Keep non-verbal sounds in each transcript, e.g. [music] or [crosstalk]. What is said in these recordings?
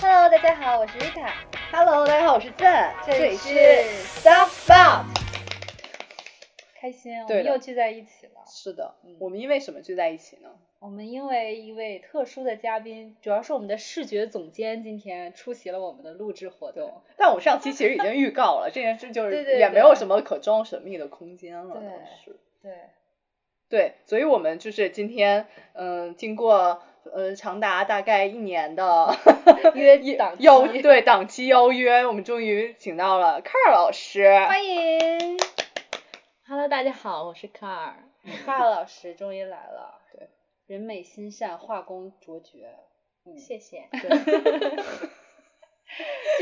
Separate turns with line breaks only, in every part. Hello，大家好，我是 Rita。
Hello，大家好，我是郑，
这里是
Soft Bob。
开心，我
对
们
的
又聚在一起了。
是的
嗯，
我们因为什么聚在一起呢？
我们因为一位特殊的嘉宾，主要是我们的视觉总监今天出席了我们的录制活动。
但我上期其实已经预告了这件事，就
对
是
对
也
对
没有什么可装神秘的空间了。
对
当时
对，
对，所以我们就是今天，嗯、经过呃长达大概一
[laughs]
年的
约
一
档期 [laughs]
邀对档期邀约，我们终于请到了卡尔老师。
欢迎。Hello，大家好，我是卡尔，卡尔老师终于来了。
对，
人美心善，画工卓绝。嗯谢谢。 [laughs] 就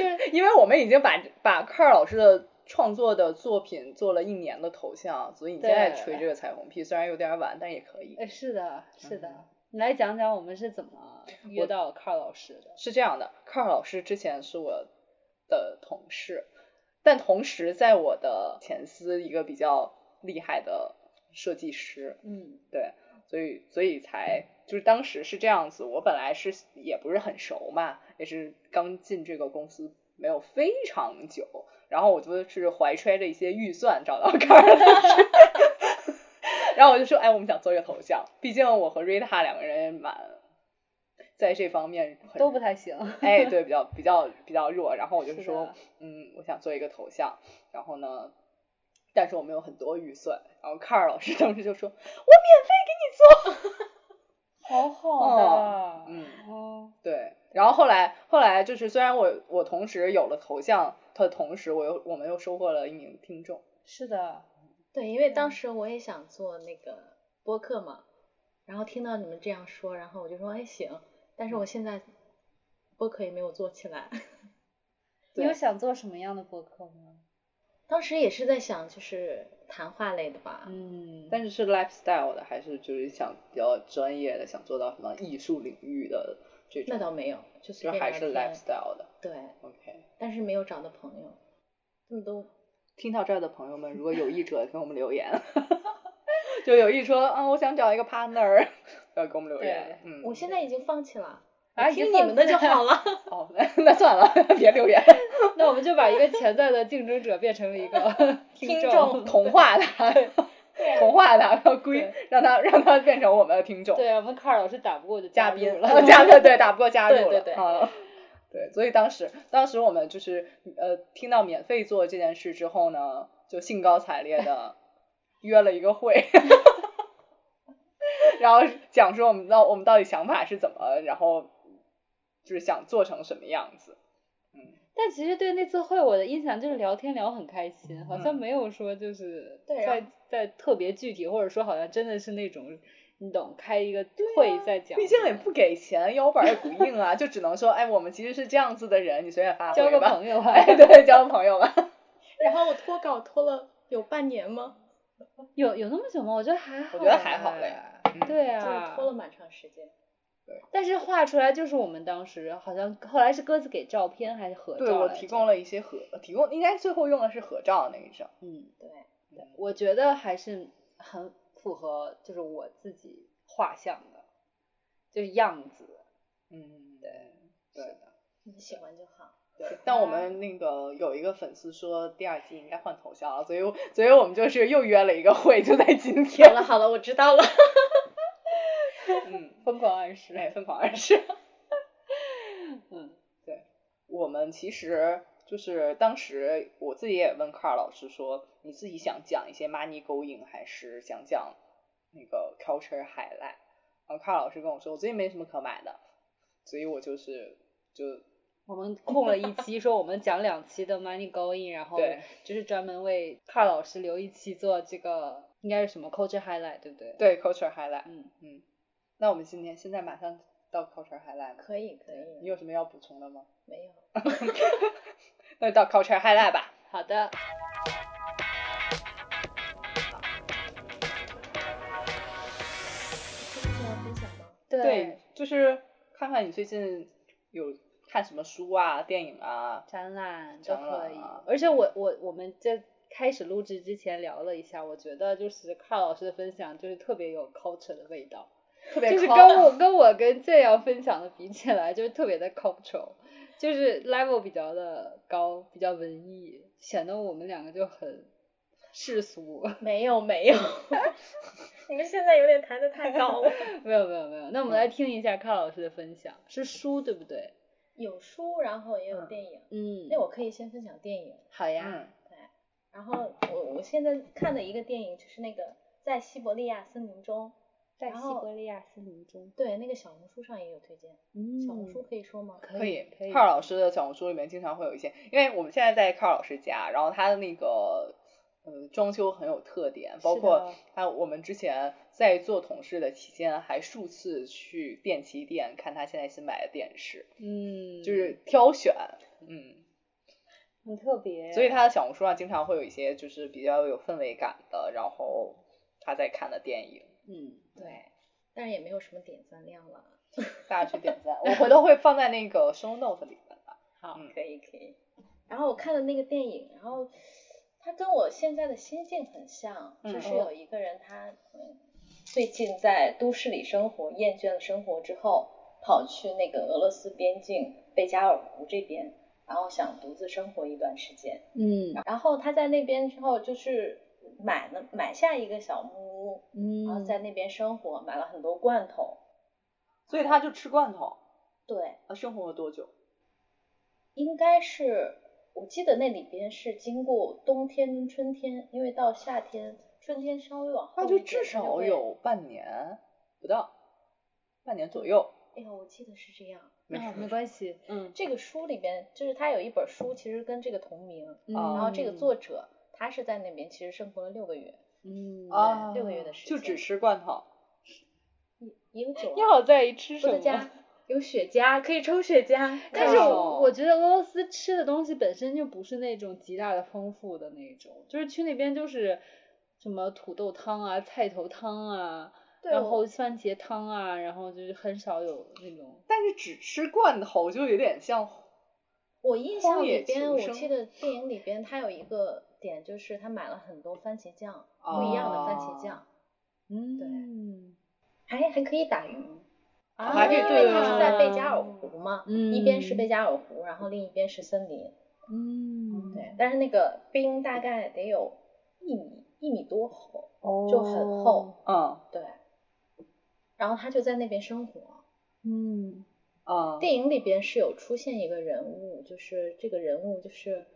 是
因为我们已经把把克尔老师的创作的作品做了一年的头像，所以你现在
对
吹这个彩虹屁，虽然有点晚，但也可以。
呃，是的，是的。
嗯
你来讲讲我们是怎么约
我
到卡尔老师的？
是这样的，克尔老师之前是我的同事，但同时在我的前司一个比较厉害的设计师，
嗯
对，所以所以才就是当时是这样子，我本来是也不是很熟嘛，也是刚进这个公司没有非常久，然后我就是怀揣着一些预算找到 [laughs] 卡尔老师 [laughs] 然后我就说，哎，我们想做一个头像，毕竟我和瑞塔两个人也蛮在这方面很
都不太行。 [laughs]
[laughs]
哎，对，比较比较比较弱。然后我就是说
的，
嗯，我想做一个头像，然后呢，但是我没有很多预算。然后卡尔老师 [laughs] 当时就说，我免费给你做。
好好的，
嗯
哦，
对，然后后来后来就是，虽然我我同时有了头像的同时，我又我们又收获了一名听众。
是的，
对，因为当
嗯
时我也想做那个播客嘛，然后听到你们这样说，然后我就说哎行，但是我现在播客也没有做起来。 [laughs]
你
对
有想做什么样的博客吗？
当时也是在想就是谈话类的吧，
嗯
但是是 lifestyle 的，还是就是想比较专业的，想做到什么艺术领域的这种？
那倒没有，就随
就
便
还
聊
是
天
lifestyle 的。
对，
OK。
但是没有找到朋友，他们都
听到这儿的朋友们，如果有意者给我们留言， [laughs] 就有意说啊，我想找一个 partner，不要给我们留言。嗯，
我现在已经放弃了，
啊
我
已经
听
放
你们的
弃
就好了。
哦，那 [laughs] 那算了，别留言，
那我们就把一个潜在的竞争者变成了一
[laughs]
个众。
同化他，同化他，然后归让他让他变成我们的听众
对我们卡尔老师打不过就
嘉
加入
宾
了， [laughs]
呃加 [laughs] 对对，打不过加入了，
对对对
啊对，所以当时当时我们就是呃听到免费做这件事之后呢，就兴高采烈 [laughs] 的约了一个会， [laughs] 然后讲说我们到我们到底想法是怎么，然后就是想做成什么样子。
但其实对那次会我的印象就是聊天聊很开心，好像
嗯啊
没有说就是
对
在、
然
在特别具体，或者说好像真的是那种你懂开一个会再讲的，
啊毕竟也不给钱，腰板儿也不硬啊，就只能说，哎，我们其实是这样子的人，你随便发
交
挥
个
吧。
朋友啊，
[laughs] 哎，对，交个朋友吧。
然后我脱稿脱了有半年吗？
有有那么久吗？我觉得还好，
我觉得还好嘞
嘞。
嗯
对
就
啊
是，拖了蛮长时间。
但是画出来就是我们当时好像后来是鸽子给照片还是合照
对，我
来
提
着
供了一些合，提供应该最后用的是合照那一张。
嗯，
对，
对，我觉得还是很符合就是我自己画像的，就是样子。
嗯，对，对的。
你喜欢就好。
对，但我们那个有一个粉丝说第二季应该换头像了，所以我所以我们就是又约了一个会，就在今
好
天。 [laughs]
了好了，我知道了。
嗯，
疯狂暗示
哎， [laughs] 疯狂二十。
嗯，
我们其实就是当时我自己也问卡尔老师说，你自己想讲一些 money going 还是想讲那个 culture highlight？然后卡尔老师跟我说，我最近没什么可买的，所以我就是就
我们空了一期，说我们讲两期的 Money Going，然后
对
就是专门为卡老师留一期做这个，应该是什么 culture highlight，对不对？，
对 culture highlight。
嗯，
嗯，那我们今天现在马上到 culture highlight 了，
可以可
你
以，
有什么要补充的吗？
没有。
那呃就到 culture highlight 吧。
好的。
这个是要分享吗？
对，
就是看看你最近有看什么书啊、电影啊。
展览都
展
可
览
以
啊。
而且我我我们在开始录制之前聊了一下，我觉得就是卡老师的分享就是特别有 culture 的味道，
特别
就是
高
跟我跟我跟建阳分享的比起来，就是特别的 cultural，就是 level 比较的高，比较文艺，显得我们两个就很世俗。 [laughs]
没有没 [laughs] 有，你们现在有点抬得太高了。
没有没有没有，那我们来听一下康老师的分享，是书对不对？
[laughs] 有书，然后也有
嗯
电影。
嗯
那我可以先分享电影。
好呀，
嗯
然后我我现在看的一个电影就是那个在西伯利亚森林中，
在
然
西
后
伯利亚森林中，
对，那个小红书上也有推荐。
嗯
小红书可以说吗？
可
可以
可以，
，Carl 老师的小红书里面经常会有一些，因为我们现在在 Carl 老师家，然后他的那个呃装修很有特点，包
是的
括他我们之前在做同事的期间，还数次去电器店看他现在新买的电视，
嗯，
就是挑选，嗯，
很特别，
所以他的小红书上经常会有一些就是比较有氛围感的，然后他在看的电影，
嗯
对，但是也没有什么点赞量了。
[laughs] 大家去点赞， [laughs] 我回头会放在那个 show note 里面的，
好，
嗯
可以可以。然后我看的那个电影，然后他跟我现在的心境很像，
嗯
就是
哦
有一个人他嗯最近在都市里生活，厌倦了生活之后，跑去那个俄罗斯边境贝加尔湖这边，然后想独自生活一段时间。
嗯
然后他在那边之后就是买了买下一个小木屋，
嗯，
然后在那边生活，买了很多罐头。
所以他就吃罐头，
对，
呃生活了多久？
应该是我记得那里边是经过冬天跟春天，因为到夏天、春天稍微往后
那
一
啊就
点，
至
它
少
会。
有半年不到，半年左右。
哎呀，我记得是这样。
没
啊
事
没关系，
嗯
这个书里边就是他有一本书，其实跟这个同名，
嗯
然后这个作者他是在那边其实生活了六个月，
嗯
啊，
六个月的时
就
间
只吃罐头。
也也有酒
你
啊，
好在意吃
伏
什
特加
么？
有雪茄，可以抽雪
[laughs]
茄。
但是
哦
我我觉得俄罗斯吃的东西本身就不是那种极大的丰富的那种，就是去那边就是什么土豆汤啊、菜头汤啊，
对
然
我
后番茄汤啊，然后就是很少有那种
但是只吃罐头就有点像，
我印
荒
象
野
里边，
求
我
生
记得电影里边他有一个点，就是他买了很多番茄酱，不
不
一样的番茄酱，
嗯，
还还可以打鱼，
啊
还可以
因
对
为他是在贝加尔湖嘛，
嗯
一边是贝加尔湖，然后另一边是森林，
嗯，
对，但是那个冰大概得有一米一米多厚，
哦
就很厚，
嗯
对，然后他就在那边生活。
嗯
嗯，
电影里边是有出现一个人物，就是这个人物就是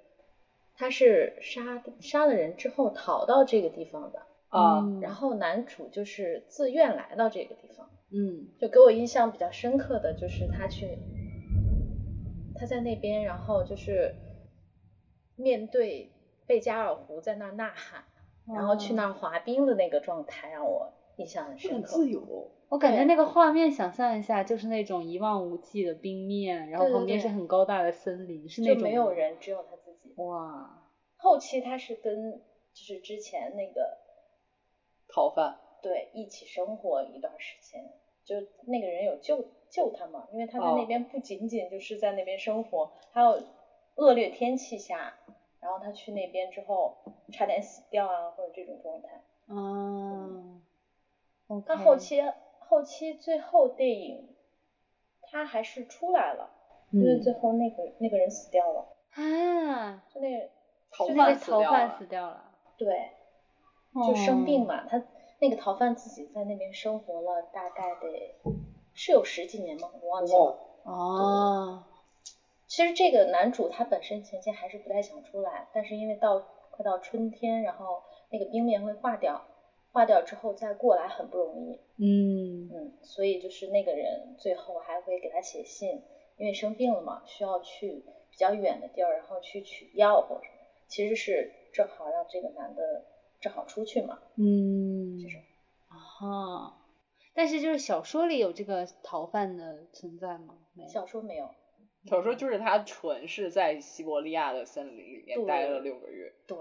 他是杀杀了人之后逃到这个地方的，
啊，
然后男主就是自愿来到这个地方。
嗯
就给我印象比较深刻的就是他去，他在那边，然后就是面对贝加尔湖在那儿呐喊，
哦
然后去那儿滑冰的那个状态让我印象很
是
深
很
刻
自。由。
我感觉
对
那个画面，想象一下，就是那种一望无际的冰面，然后
对对
旁边
对
是很高大的森林，是那
就
种
没有
吗
人，只有他自己。
哇，
后期他是跟就是之前那个
逃犯，
对一起生活一段时间，就那个人有救救他嘛，因为他在那
哦
边不仅仅就是在那边生活，还有恶劣天气下，然后他去那边之后差点死掉啊，或者这种状态。
啊，
嗯但
OK
后期后期最后电影他还是出来了，因为
嗯
最后那个那个人死掉了，
啊，
就那个
逃
就那
犯
个
死
逃
掉
犯
了
死。掉了，
对就生病
哦，
嘛，他那个逃犯自己在那边生活了大概得是有十几年吗？我忘记了。
哦，
哦，
其实这个男主他本身前期还是不太想出来，但是因为到快到春天，然后那个冰面会化掉，化掉之后再过来很不容易，
嗯
嗯，所以就是那个人最后还会给他写信，因为生病了嘛，需要去比较远的地儿，然后去取药或者什么，其实是正好让这个男的正好出去嘛，
嗯
这，种
啊，但是就是小说里有这个逃犯的存在吗？没有，
小说没有，
小说就是他纯是在西伯利亚的森林里面
对
待了六个月。
对，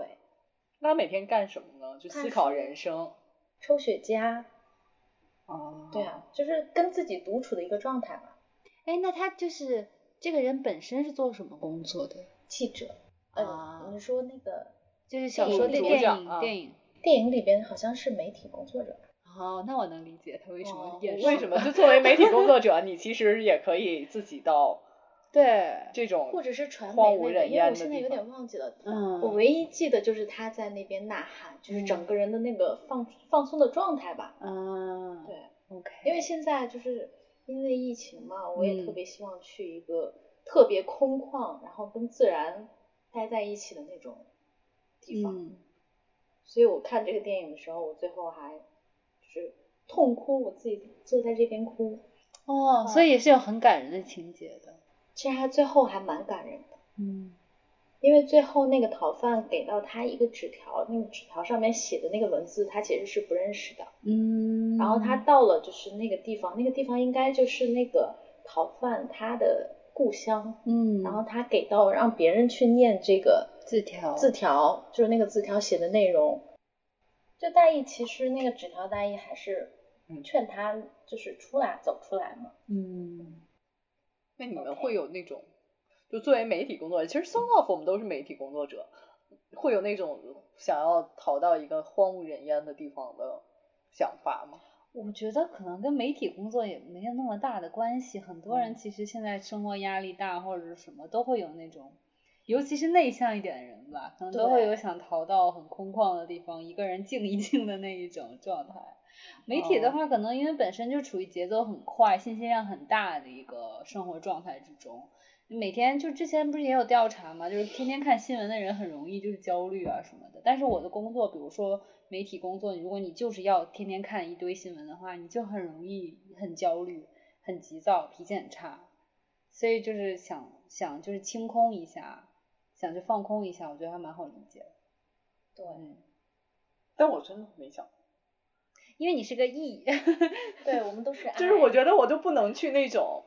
那他每天干什么呢？就
看
思考
书
人生。
抽雪茄，
哦，
对啊，就是跟自己独处的一个状态嘛，
哎，那他就是这个人本身是做什么工作的？
记者，
啊
嗯，你说那个。
就是小
影
说
主
电
角
影
啊
电影
电影里边好像是媒体工作者，
啊哦，那我能理解他为什么
哦
厌世。
为什么？就作为媒体工作者，你其实也可以自己到
对，
这种
[laughs] 或者是传媒
荒
那
无
个，
人
因为
烟
我
的
现在
地
有
方。
点忘记了。
嗯
我唯一记得就是他在那边呐喊，就是
嗯
整个人的那个放放松的状态吧。
嗯，
对，
，OK，
因为现在就是因为疫情嘛，我也特
嗯
别希望去一个特别空旷，然后跟自然待在一起的那种地方。
嗯
所以我看这个电影的时候，我最后还就是痛哭，我自己坐在这边哭。
哦，所以也是有很感人的情节的。
其实他最后还蛮感人的，
嗯
因为最后那个逃犯给到他一个纸条，那个纸条上面写的那个文字他其实是不认识的。
嗯，
然后他到了就是那个地方，那个地方应该就是那个逃犯他的故乡。
嗯，
然后他给到让别人去念这个
字条
字条，就是那个字条写的内容。就大意其实那个纸条大意还是
嗯
劝他就是出来走出来嘛。
嗯
那你们
OK
会有那种，就作为媒体工作者，其实 some of 我们都是媒体工作者，会有那种想要逃到一个荒无人烟的地方的想法吗？
我觉得可能跟媒体工作也没有那么大的关系，很多人
嗯
其实现在生活压力大或者是什么都会有那种，尤其是内向一点的人吧，可能都会有
对
想逃到很空旷的地方，一个人静一静的那一种状态。媒体的
哦
话，可能因为本身就处于节奏很快、信息量很大的一个生活状态之中，每天就之前不是也有调查嘛，就是天天看新闻的人很容易就是焦虑啊什么的。但是我的工作，比如说媒体工作，如果你就是要天天看一堆新闻的话，你就很容易很焦虑、很急躁、脾气很差。所以就是想想就是清空一下，想去放空一下，我觉得还蛮好理解的。
对
嗯，
但我真的没想，
因为你是个 E，
对，我们都是爱。
[laughs] 就是我觉得我就不能去那种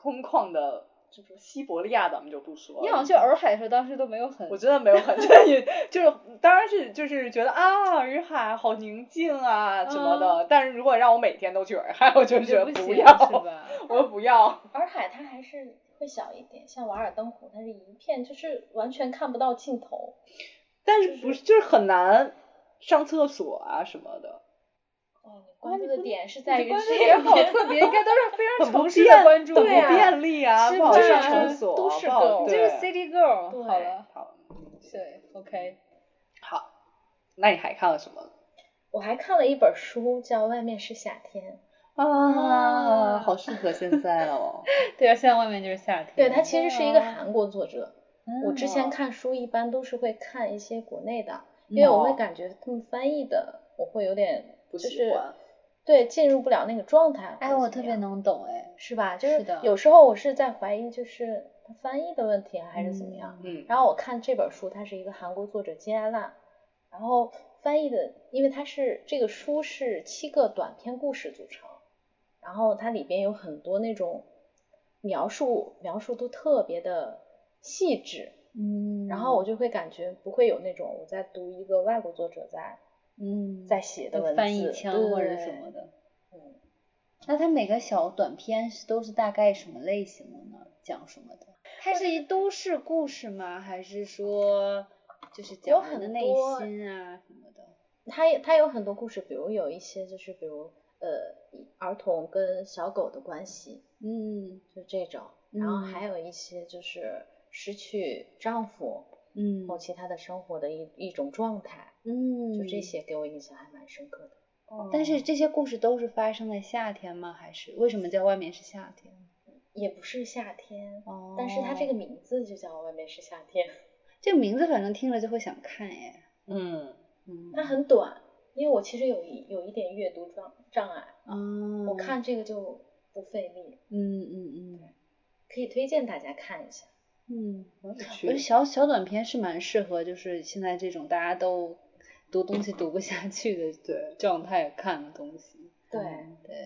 空旷的，就是西伯利亚，咱们就不说了。
你好像去洱海的时候，当时都没有很
我真的没有很在意， [laughs] 就是当然是就是觉得啊，洱海好宁静啊什么的。但是如果让我每天都去洱海，我就
你
觉
嗯就
得
不
不
行
要，
是吧？
我不要。
洱海它还是会小一点，像瓦尔登湖，它是一片就是完全看不到尽头。
但是不是就是很难上厕所啊什么的，
哦，你
哇
关
你
注
不
的点是在于
你关注 [laughs]
这
点好
边
特别，应该都是非常
[laughs] 很不
城市
便
的关注，
很不
对啊
便利啊，
是
不好
吧
上厕所，啊
都市
不好
girl
你
对
就是 City Girl。
对
好了，
好，
对，OK，
好，那你还看了什么？
[laughs] 我还看了一本书，叫《外面是夏天
啊
好适合现在哦。
对啊，现在外面就是夏天》，。
对，它其实是一个
对啊
韩国作者。我之前看书一般都是会看一些国内的，
嗯
因为我会
哦
感觉他们翻译的我会有点
不
就
喜
是
欢
对进入不了那个状态。
哎，
或者
我
怎
特
么
别
样
能懂哎，
是吧？就是
的
有时候我是在怀疑，就是他翻译的问题啊还是怎么样。
嗯，
然后我看这本书，它是一个韩国作者金安娜，然后翻译的，因为它是这个书是七个短篇故事组成，然后它里边有很多那种描述，描述都特别的细致，
嗯，
然后我就会感觉不会有那种我在读一个外国作者在
嗯
在写的
有
文字，
翻译腔或者
对
什么的。
嗯，
那它每个小短片是都是大概什么类型的呢？讲什么的？它是一都市故事吗？还是说就是
有
讲人的
很
内
多
心啊什么的？
它也它有很多故事，比如有一些就是比如呃儿童跟小狗的关系，
嗯
就这种，然
嗯
后还有一些就是失去丈夫
嗯
后其他的生活的一一种状态，
嗯，
哦就这。些哦给我印象还蛮深刻的。
但是这些故事都是发生在夏天吗？还是为什么叫外面是夏天？
也不是夏天，
哦
但是它这个名字就叫外面是夏天，
这个名字反正听了就会想看哎。
嗯，
嗯，
[laughs] 它很短，因为我其实有一有一点阅读障障碍，
啊，
哦我看这个就不费力，
嗯嗯嗯
可以推荐大家看一下。
嗯，
我也
我觉得
去。
小小短片是蛮适合，就是现在这种大家都读东西读不下去的
对
状态看的东西。
对
嗯
对，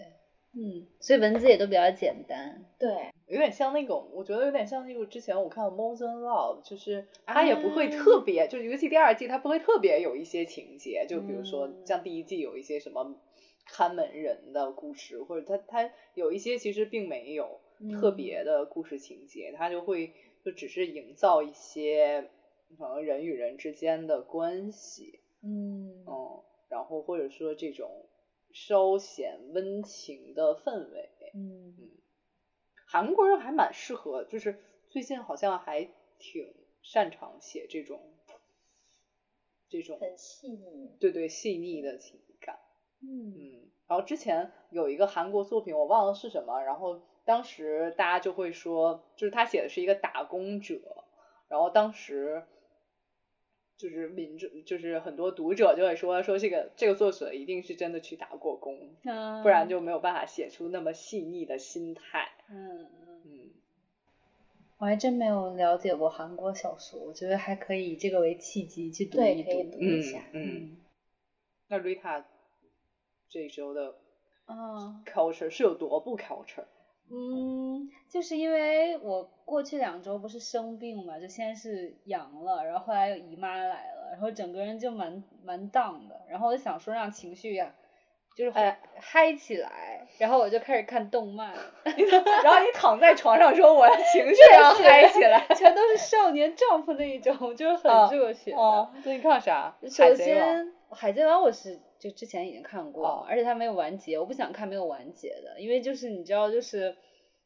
嗯，所以文字也都比较简单。
对，
有点像那种，我觉得有点像那个之前我看《Modern Love》，就是
啊
它也不会特别，就是尤其第二季它不会特别有一些情节，就比如说
嗯
像第一季有一些什么看门人的故事，或者它它有一些其实并没有特
嗯
别的故事情节，它就会就只是营造一些可能人与人之间的关系，
嗯
嗯，然后或者说这种稍显温情的氛围。
嗯
韩国人还蛮适合，就是最近好像还挺擅长写这种这种
很细腻，
对对细腻的情感。
嗯
嗯，然后之前有一个韩国作品，我忘了是什么，然后当时大家就会说，就是他写的是一个打工者，然后当时就是民众，就是很多读者就会说，说这个这个作者一定是真的去打过工，
嗯，
不然就没有办法写出那么细腻的心态。
嗯嗯，
嗯，
我还真没有了解过韩国小说，我觉得还可以以这个为契机去读
对
一
可以
读
读。一下
嗯，那 Rita 这一周的
啊，
culture 是有多不 culture？ [laughs]
嗯，就是因为我过去两周不是生病嘛，就先是阳了，然后后来又姨妈来了，然后整个人就蛮蛮荡的，然后我就想说让情绪呀、啊就是
哎
嗨起来，然后我就开始看动漫，
然后你躺在床上说我要情绪 [laughs]
[laughs]
要嗨起来。
全都是少年丈夫那一种，就是
哦
很热血的。
哦，最近看啥？海
首
贼王
先，《海贼王》我是就之前已经看过，
哦
而且它没有完结，我不想看没有完结的，因为就是你知道，就是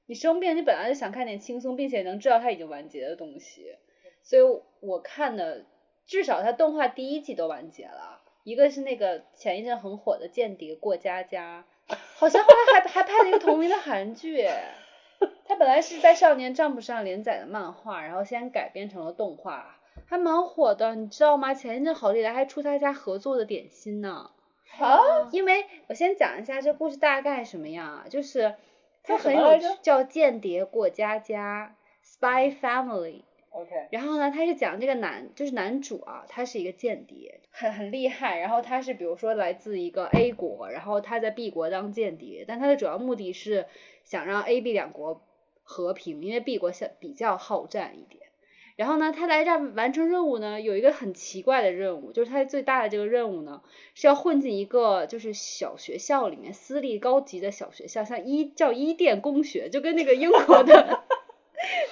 你生病，你本来就想看点轻松，并且能知道它已经完结的东西，
嗯
所以我看的至少它动画第一季都完结了，一个是那个前一阵很火的《间谍过家家》，好像后来还还拍了一个同名的韩
[laughs]
剧哎。它本来是在少年丈夫上连载的漫画，然后先改编成了动画，还蛮火的，你知道吗？前一阵好利来还出他家合作的点心呢。
啊，
因为我先讲一下这故事大概什么样啊，就是它
叫什
很
么
有
来
趣
着
叫《间谍过家家》（Spy Family）。
OK，
然后呢，他是讲这个男，就是男主啊，他是一个间谍，很很厉害。然后他是比如说来自一个 A 国，然后他在 B 国当间谍，但他的主要目的是想让 A、B 两国和平，因为 B 国想比较好战一点。然后呢，他来这儿完成任务呢，有一个很奇怪的任务，就是他最大的这个任务呢，是要混进一个就是小学校里面，私立高级的小学校，像伊叫伊甸公学，就跟那个英国的 [laughs]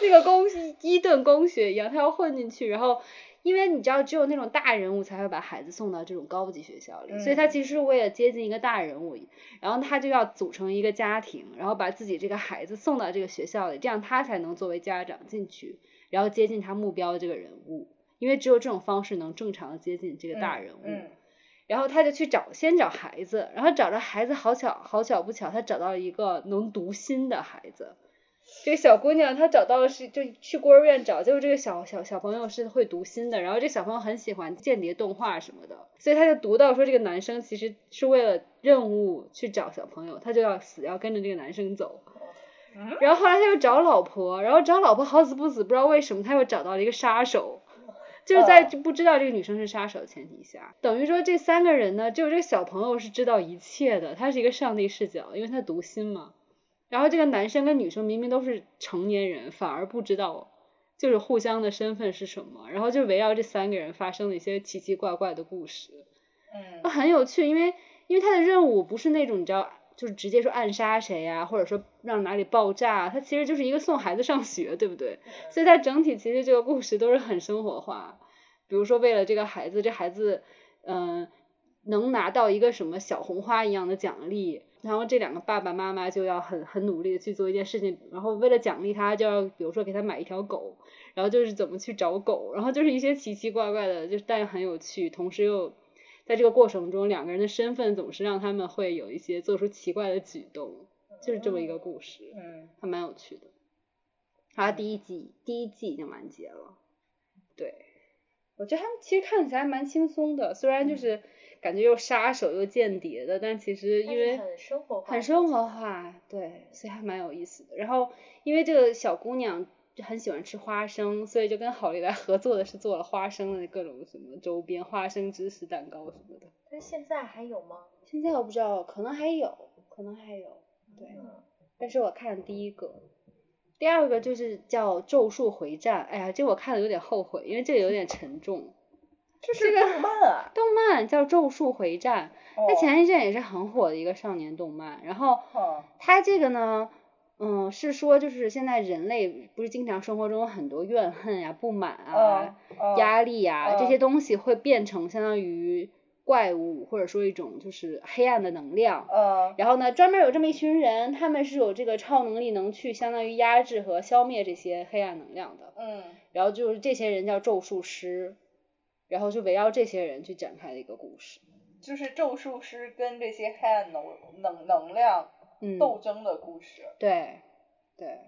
那个公伊顿公学一样，他要混进去，然后。因为你知道，只有那种大人物才会把孩子送到这种高级学校里，所以他
嗯
其实是为了接近一个大人物，然后他就要组成一个家庭，然后把自己这个孩子送到这个学校里，这样他才能作为家长进去，然后接近他目标的这个人物，因为只有这种方式能正常的接近这个大人物。
嗯
然后他就去找，先找孩子，然后找着孩子，好巧好巧不巧，他找到一个能读心的孩子。这个小姑娘她找到的是，就去孤儿院找，结果这个小小小朋友是会读心的，然后这小朋友很喜欢间谍动画什么的，所以他就读到说这个男生其实是为了任务去找小朋友，他就要死要跟着这个男生走。然后后来他又找老婆，然后找老婆好死不死，不知道为什么他又找到了一个杀手， [laughs] 就是在不知道这个女生是杀手的前提下，等于说这三个人呢，只有这个小朋友是知道一切的，他是一个上帝视角，因为他读心嘛。然后这个男生跟女生明明都是成年人，反而不知道就是互相的身份是什么，然后就围绕这三个人发生了一些奇奇怪怪的故事。
嗯
那很有趣，因为因为他的任务不是那种你知道，就是直接说暗杀谁呀、或者说让哪里爆炸啊，他其实就是一个送孩子上学，对不对？所以它整体其实这个故事都是很生活化，比如说为了这个孩子，这孩子嗯、呃能拿到一个什么小红花一样的奖励。然后这两个爸爸妈妈就要很很努力的去做一件事情，然后为了奖励他，就要比如说给他买一条狗，然后就是怎么去找狗，然后就是一些奇奇怪怪的，就是但很有趣，同时又在这个过程中，两个人的身份总是让他们会有一些做出奇怪的举动，就是这么一个故事，
嗯，
还蛮有趣的。它第一季第一季已经完结了，对，我觉得他们其实看起来蛮轻松的，虽然就是感觉又杀手又间谍的，但其实
但
因
是
为
很生活化
很
的
生
东
活
西
化，对，所以还蛮有意思的。然后因为这个小姑娘就很喜欢吃花生，所以就跟好利来合作的是做了花生的各种什么周边，花生芝士蛋糕什么的。
但是现在还有吗？
现在我不知道，可能还有，可能还有，对。
嗯
这是我看的第一个，第二个就是叫《咒术回战》。哎呀，这我看的有点后悔，因为这个有点沉重。
[laughs] 这是动漫啊，
动漫叫《咒术回战》，它前一阵也是很火的一个少年动漫。然后
哦
它这个呢，嗯，是说就是现在人类不是经常生活中有很多怨恨呀、不满啊、
哦哦
压力呀、
嗯
这些东西会变成相当于怪物，或者说一种就是黑暗的能量。
嗯
然后呢，专门有这么一群人，他们是有这个超能力，能去相当于压制和消灭这些黑暗能量的。
嗯
然后就是这些人叫咒术师，然后就围绕这些人去展开的一个故事。
就是咒术师跟这些黑暗能能能量
嗯，
斗争的故事。
对对，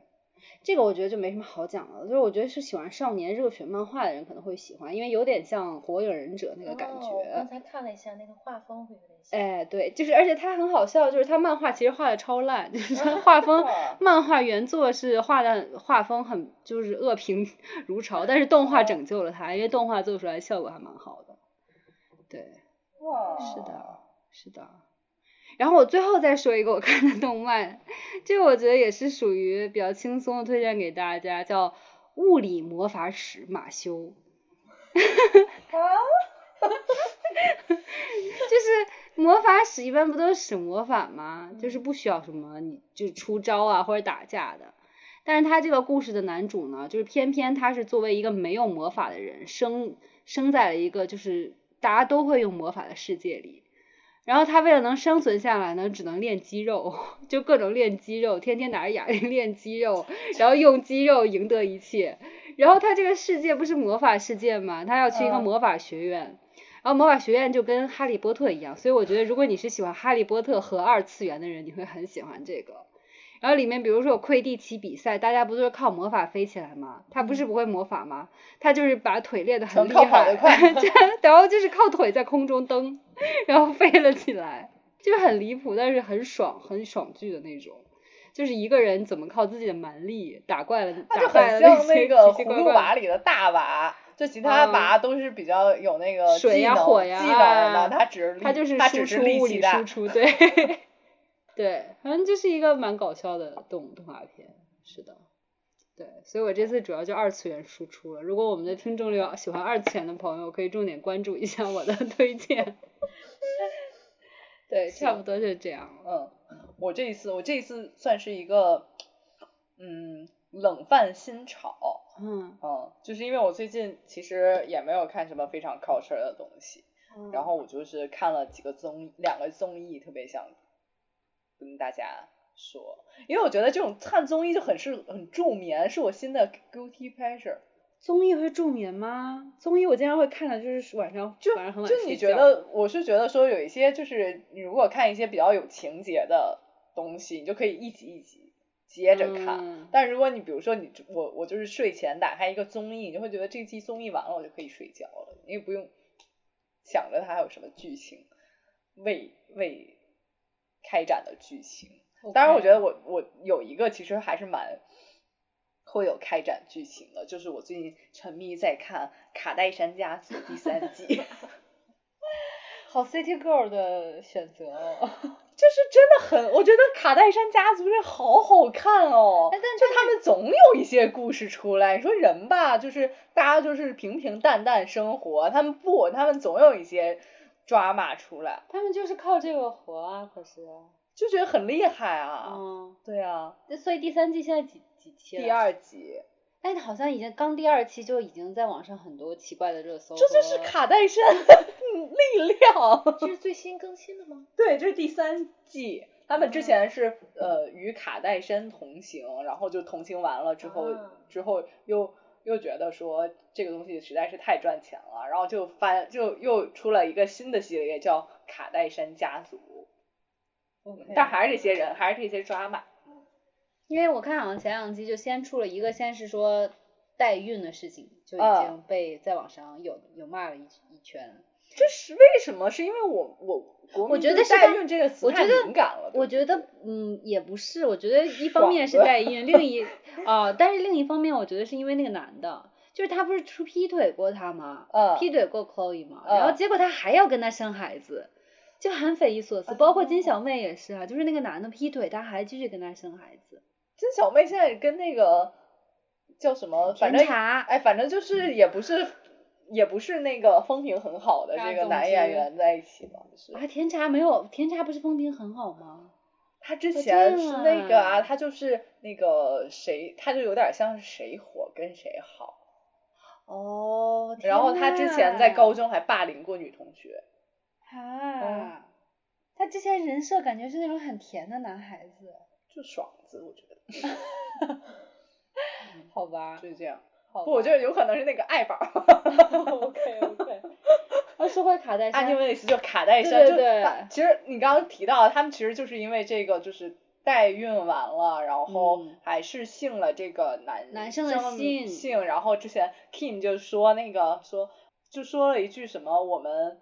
这个我觉得就没什么好讲了。就是我觉得是喜欢少年热血漫画的人可能会喜欢，因为有点像《火影忍者》那个感觉。
哦我刚才看了一下，那个画风会有点像。
哎，对，就是，而且它很好笑，就是它漫画其实画的超烂，就是它画风，漫画原作是画的画风很就是恶评如潮，但是动画拯救了它，因为动画做出来效果还蛮好的。对，
哇，
是的，是的。然后我最后再说一个我看的动漫，这个我觉得也是属于比较轻松的推荐给大家，叫《物理魔法使马修》。
啊，
[laughs] 就是魔法使一般不都是使魔法吗？就是不需要什么，你就出招啊或者打架的。但是他这个故事的男主呢，就是偏偏他是作为一个没有魔法的人，生生在了一个就是大家都会用魔法的世界里。然后他为了能生存下来呢，只能练肌肉， [laughs] 就各种练肌肉，天天拿着哑铃练肌肉，然后用肌肉赢得一切。然后他这个世界不是魔法世界嘛，他要去一个
嗯
魔法学院，然后魔法学院就跟哈利波特一样，所以我觉得如果你是喜欢哈利波特和二次元的人，你会很喜欢这个。然后里面比如说有魁地奇比赛，大家不都是靠魔法飞起来吗？他不是不会魔法吗？他就是把腿练得很
纯
厉
嗯靠跑
害，
得快
然后就是靠腿在空中蹬，然后飞了起来，就是很离谱，但是很爽，很爽剧的那种。就是一个人怎么靠自己的蛮力打怪了，
那
打
就
败了
很像
那些
那个
奇奇
葫
怪
芦
怪的
娃里的大娃，就其他娃都是比较有那个
水
技
呀
能、
火呀
技能的，他只是
他
力
就是
他
输
只是
出
力
物
气
理
大 [laughs]
输。出，对对，反正就是一个蛮搞笑的动动画片，是的，对，所以我这次主要就二次元输出了。如果我们的听众里有喜欢二次元的朋友，可以重点关注一下我的 [laughs] 推荐。对，差不多就这样了。
嗯，我这一次我这一次算是一个嗯冷饭新炒，
嗯，
嗯，就是因为我最近其实也没有看什么非常 culture 的东西，然后我就是看了几个综艺，两个综艺特别想跟大家说，因为我觉得这种看综艺就很是很助眠，是我新的 guilty pleasure。
综艺会助眠吗？综艺我经常会看的，就是晚上晚上很晚
就
睡
你觉
觉
得，我是觉得说有一些就是你如果看一些比较有情节的东西，你就可以一集一集接着看。
嗯
但如果你比如说你我我就是睡前打开一个综艺，你就会觉得这期综艺完了我就可以睡觉了，因为不用想着它还有什么剧情未未开展的剧情。当然，我觉得我我有一个其实还是蛮会有开展剧情的，就是我最近沉迷在看《卡戴珊家族》第三季，
好 City Girl 的选择哦。 [laughs]
就是真的很，我觉得《卡戴珊家族》这好好看哦。
哎但
就他们总有一些故事出来。你说人吧，就是大家就是平平淡淡生活，他们不，他们总有一些抓马出来，
他们就是靠这个活啊，可是，
就觉得很厉害啊。
嗯，
对啊，
那所以第三季现在几几期了？
第，二集，
但好像已经刚第二期就已经在网上很多奇怪的热搜，
这就是，卡戴珊的力量。
这是最新更新的吗？
对，这是第三季。他们之
哦
前是呃与卡戴珊同行，然后就同行完了之后，
哦
啊
之后又又觉得说这个东西实在是太赚钱了，然后就翻就又出了一个新的系列叫卡戴珊家族，但还是这些人，还是这些抓马。
因为我看好像前两季就先出了一个，先是说代孕的事情就已
嗯
经被在网上有有骂了一一圈，
这是为什么？是因为我我国
我
民
觉
对
得是
代
他
孕这个词
我
太
觉得
敏感了。对
我
不
觉
对
得嗯也不是，我觉得一方面是
爽的
代孕，另一 [laughs] 啊、但是另一方面我觉得是因为那个男的。就是他不是出劈腿过他吗？
嗯
劈腿过 Chloe 嘛，然后
嗯
结果他还要跟他生孩子，就很匪夷所
嗯
思。包括金小妹也是啊，就是那个男的劈腿，他还继续跟他生孩子。
金小妹现在跟那个叫什么，反
甜
正
茶
哎，反正就是也不是也不是那个风评很好的
大
这个
众
男
之
演员在一起嘛，就是
啊，甜茶没有，甜茶不是风评很好吗？
他之
这
前是
样
那个啊，
啊
他就是那个谁，他就有点像是谁火跟谁好，
哦，
哦然后他之前
天
在
呐
高中还霸凌过女同学，嗯哎
啊，他之前人设感觉是那种很甜的男孩子，
就爽子，我觉得
好吧？
就是这样。
好吧，
不，我觉得有可能是那个爱宝，
OK
[laughs]
OK 。啊，说回卡戴
安妮
珊，
薇蕾丝就卡戴珊，
对
就
对
把其实你刚刚提到，他们其实就是因为这个就是代孕完了，然后
嗯
还是信了这个男
男生的信
信，然后之前 Kim 就说那个说就说了一句什么我们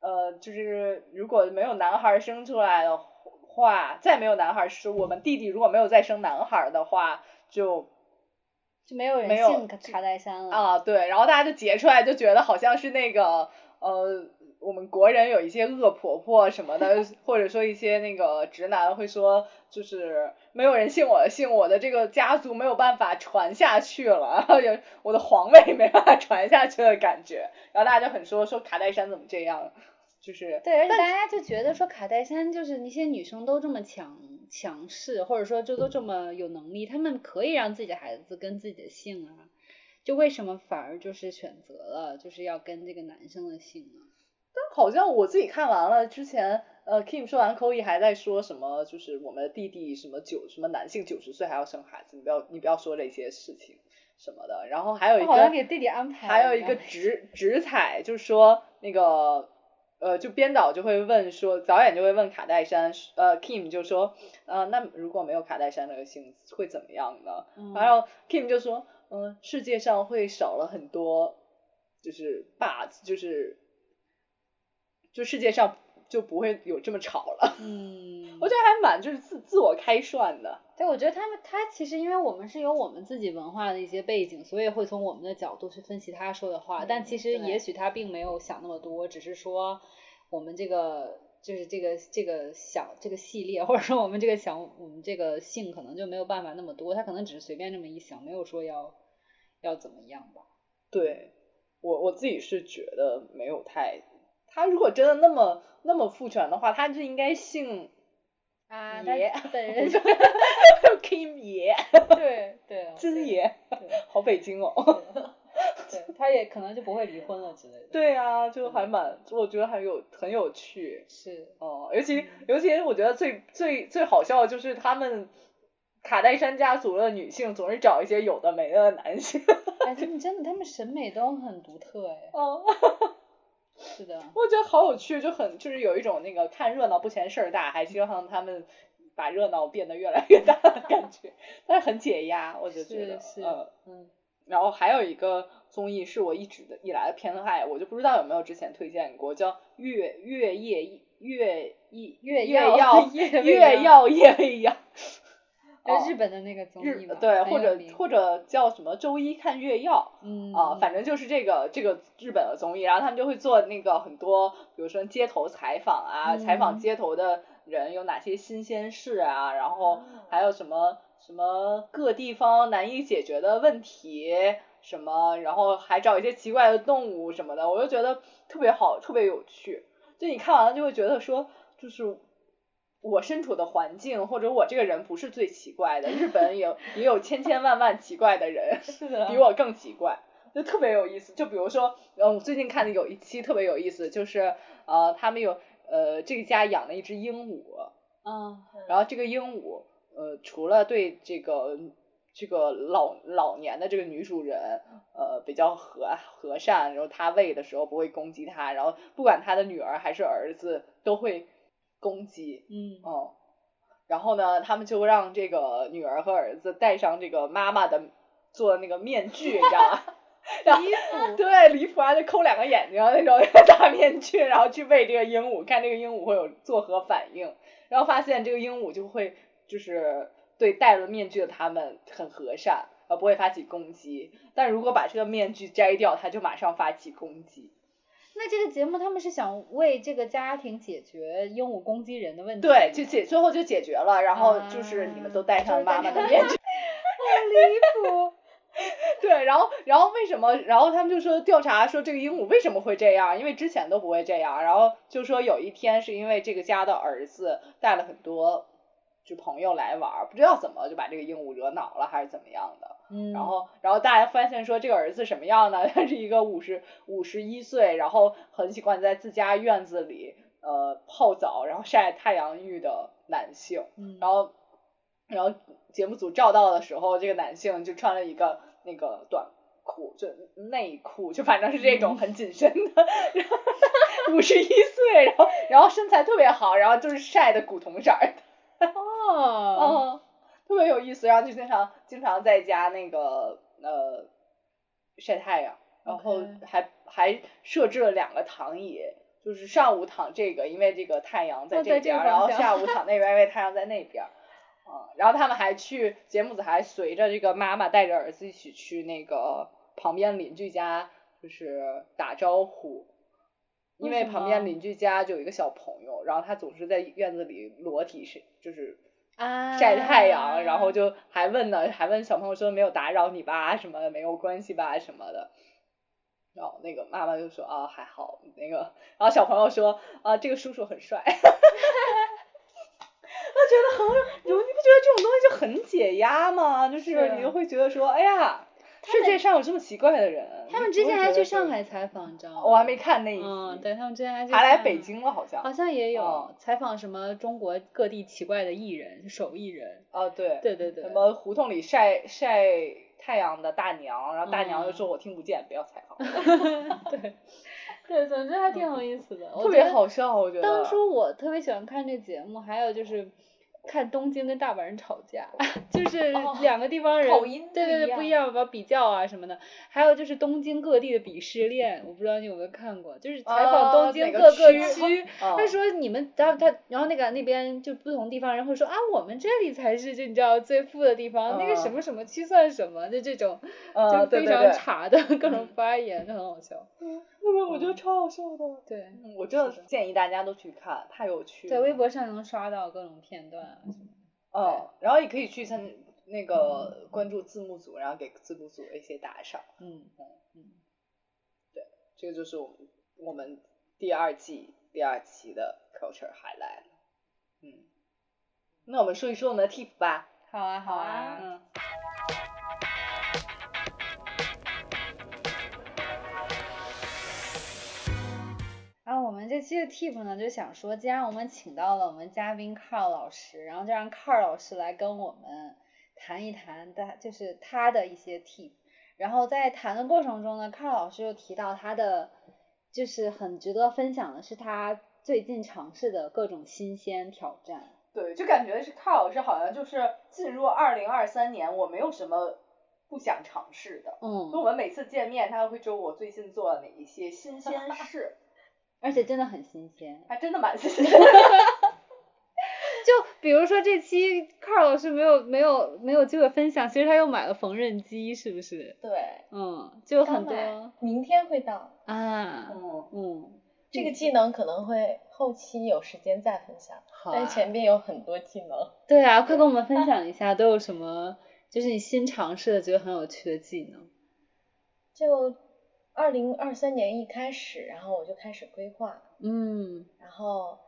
呃就是如果没有男孩生出来的话，再没有男孩是我们弟弟如果没有再生男孩的话就。
就没有人
没有
信卡卡戴珊了。
啊，对，然后大家就截出来，就觉得好像是那个呃，我们国人有一些恶婆婆什么的，或者说一些那个直男会说，就是没有人姓我的姓，我的这个家族没有办法传下去了，然后有我的皇位没办法传下去的感觉，然后大家就很说说卡戴珊怎么这样，就是
对，而且大家就觉得说卡戴珊就是那些女生都这么强强势，或者说就都这么有能力，她们可以让自己的孩子跟自己的姓啊，就为什么反而就是选择了就是要跟这个男生的姓啊呢？
好像我自己看完了之前，呃，Kim 说完 Cody 还在说什么，就是我们的弟弟什么九什么男性九十岁还要生孩子，你不要你不要说这些事情什么的。然后还有一
好像
个
给弟弟安排了，
还有一
你知
个
道吗
直直彩，就是说那个呃，就编导就会问说，导演就会问卡戴珊，呃，Kim 就说，呃，那如果没有卡戴珊这个姓会怎么样呢？
嗯
然后 Kim 就说，嗯、世界上会少了很多，就是霸，就是就世界上就不会有这么吵了。 [laughs]
嗯，
我觉得还蛮就是自自我开涮的，
对，我觉得他们他其实因为我们是有我们自己文化的一些背景，所以会从我们的角度去分析他说的话，但
嗯
其实
对
也许他并没有想那么多，只是说我们这个就是这个这个小这个系列，或者说我们这个想我们这个性可能就没有办法那么多，他可能只是随便这么一想，没有说要要怎么样吧。
对我我自己是觉得没有太，他如果真的那么那么父权的话，他就应该姓
啊
他
他本 [laughs] 人
Kim 爷，
对对啊，
金
对
爷，
对
好北京哦。 [laughs]
对，对他也可能就不会离婚了之类的。，
对啊，就还蛮，我觉得还有很有趣。
是
哦，尤
嗯
其尤其我觉得最最最好笑的就是他们卡戴珊家族的女性总是找一些有的没的男
[laughs]
性。
[laughs] 哎，他们真的他们审美都很独特哎，
哦，
是的。
我觉得好有趣，就很就是有一种那个看热闹不嫌事儿大，还希望他们把热闹变得越来越大的感觉，但是很解压，我就觉得
是是
嗯。
嗯，
然后还有一个综艺是我一直的以来的偏爱，我就不知道有没有之前推荐过，叫《月月夜一月一
月
夜
耀夜未
月
央
耀夜未央》
就
哦
日本的那个综艺
日
嘛，
对，
很
或
有
者
名
或者叫什么周一看月曜。
嗯
啊，反正就是这个这个日本的综艺，然后他们就会做那个很多，比如说街头采访啊，采
嗯
访街头的人有哪些新鲜事啊，然
哦
后还有什么什么各地方难以解决的问题什么，然后还找一些奇怪的动物什么的，我就觉得特别好，特别有趣。就你看完了就会觉得说，就是我身处的环境或者我这个人不是最奇怪的，日本也也有千千万万奇怪的人，
是的
比我更奇怪，就特别有意思。就比如说，嗯，我最近看的有一期特别有意思，就是呃，他们有呃这个家养了一只鹦鹉，
嗯
然后这个鹦鹉呃除了对这个。这个老老年的这个女主人，呃，比较和和善，然后她喂的时候不会攻击她，然后不管她的女儿还是儿子都会攻击，
嗯
哦，然后呢，他们就让这个女儿和儿子戴上这个妈妈的做的那个面具，你知道吗？ [laughs] 然后
衣服
对，礼服啊，就抠两个眼睛那种大面具，然后去喂这个鹦鹉，看这个鹦鹉会有作何反应。然后发现这个鹦鹉就会就是对戴了面具的他们很和善，而不会发起攻击。但如果把这个面具摘掉，它就马上发起攻击。
[laughs] 那这个节目他们是想为这个家庭解决鹦鹉攻击人的问题，啊
对，就解最后就解决了，然后就是你们都戴上妈妈
[laughs]
的面具。
离谱，
[laughs] 对，然后然后为什么？然后他们就说调查说这个鹦鹉为什么会这样，因为之前都不会这样。然后就说有一天是因为这个家的儿子带了很多就朋友来玩儿，不知道怎么就把这个鹦鹉惹恼了还是怎么样的。
嗯，
然后，然后大家发现说这个儿子什么样呢？ [laughs] 他是一个五十五十一岁，然后很喜欢在自家院子里呃泡澡，然后晒太阳浴的男性。
嗯，
然后，然后节目组照到的时候，这个男性就穿了一个那个短裤，就内裤，就反正是这种很紧身的，然后 [laughs] 五十一岁，然后然后身材特别好，然后就是晒的古铜色儿，
哦，
嗯，特别有意思，然后就经常经常在家那个呃晒太阳，然后
OK
还还设置了两个躺椅，就是上午躺这个，因为这个太阳
哦
在
在
这
这
边儿，
个
然后
方向
下午躺那边儿，因为太阳在那边儿。嗯，然后他们还去节目组还随着这个妈妈带着儿子一起去那个旁边邻居家，就是打招呼。因
为
为
什
旁
么
边邻居家就有一个小朋友，然后他总是在院子里裸体是就是
啊
哦晒太阳，然后就还问呢，还问小朋友说没有打扰你吧，什么的没有关系吧，什么的。然后那个妈妈就说啊还好，那个，然后小朋友说啊这个叔叔很帅，我觉 [laughs] 得很，你们你不觉得这种东西就很解压吗？就是
是啊
你就会觉得说，哎呀，世界上有这么奇怪的人。
他们
你
之
不会
前
觉
还
得
去
是
上海，采访，你知道吗？
我还没看那一
嗯，
集，
对他们之前还去
还来
上
北
海，
京了好像。
好像也有
哦
采访什么中国各地奇怪的艺人，手艺人。
啊对。
对对对
什，么胡同里晒晒太阳的大娘，然后大娘就
嗯
说我听不见，不要采访我。
对对，总之还挺有意思的，我
嗯特
觉
别
得
好笑，我觉得。
当初我特别喜欢看这节目，还有就是看东京跟大阪人吵架， [laughs] 就是
哦
两个地方人、
口音不
对对
一
对不一
样
样，把比较啊什么的。还有就是东京各地的鄙视链，我不知道你有没有看过，就是采访
哦
东京
哪
各
个
个
区
区，
哦
他说你们，然后他，然后那个那边就不同地方人会说啊，我们这里才是就你知道最富的地方，那个什
嗯
么什么区算什么，就这种
呃
就
对
非
对
常
对
茶的 [laughs] 各种
嗯
发言，就很好笑。
那个我
嗯
觉得超好笑的。
对
嗯，我真的建议大家都去看，太有趣了。
在微博上能刷到各种片段啊什么的。
嗯，然后也可以去参那个关注字幕组，然后给字幕组一些打赏。
嗯嗯。
这个就是我们我们第二季第二期的 culture highlight。嗯，那我们说一说我们的 tip 吧。
好啊，好
好
啊
啊，
嗯。然后我们这期的 tip 呢，就想说，既然我们请到了我们嘉宾 Carl 老师，然后就让 Carl 老师来跟我们谈一谈他就是他的一些 tip。然后在谈的过程中呢，Carl 老师又提到他的就是很值得分享的是他最近尝试的各种新鲜挑战。
对，就感觉是卡老师好像就是进入二零二三年，我没有什么不想尝试的。
嗯
所以，我们每次见面，他会说我最近做了哪一些新鲜事，
而且真的很新鲜。
还真的蛮新鲜的。
就比如说这期 Carl 老师没有没有没有机会分享，其实他又买了缝纫机，是不是？
对，
嗯，就有很
刚买
多
明天会到。
啊，
嗯，
嗯，
这个技能可能会后期有时间再分享，
好啊
但前面有很多技能。
对啊，快跟我们分享一下都有什么，就是你新尝试的觉得很有趣的技能。
就二零二三年一开始，然后我就开始规划，
嗯，
然后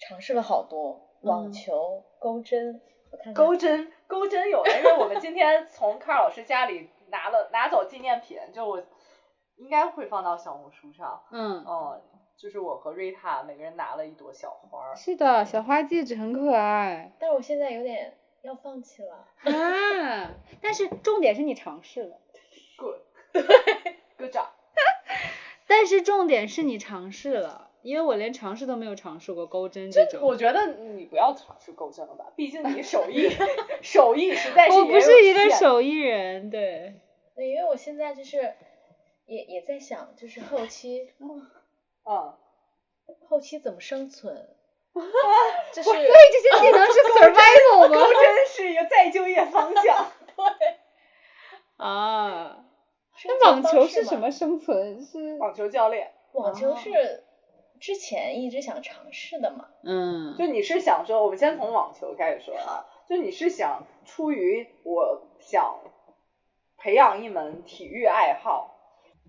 尝试了好多网
嗯
球、钩针，我看看
钩针，钩针有了，因为我们今天从卡老师家里拿了拿走纪念品，就我应该会放到小红书上。
嗯，
嗯，就是我和瑞塔每个人拿了一朵小花儿。
是的，小花戒指很可爱
但是我现在有点要放弃了。
啊，但是重点是你尝试了，
Good，g o o d job。
但是重点是你尝试了，因为我连尝试都没有尝试过钩针这种。
我觉得你不要尝试钩针了吧，毕竟你手艺 [laughs] 手艺实在是
我不
也
是
有
一个
限
手艺人，对。
对，因为我现在就是也也在想，就是后期
嗯。
后期怎么生
[laughs]
存，就是
所以这些技 [laughs] 能是 survival
钩
吗？
针是一个再就业方向。
[laughs] 啊，
生
那网
存方
球
式
是什
嘛
么？生存？是
网球教练，
网球
哦
是之前一直想尝试的嘛，
嗯
就你是想说，我们先从网球开始说啊，就你是想出于我想培养一门体育爱好，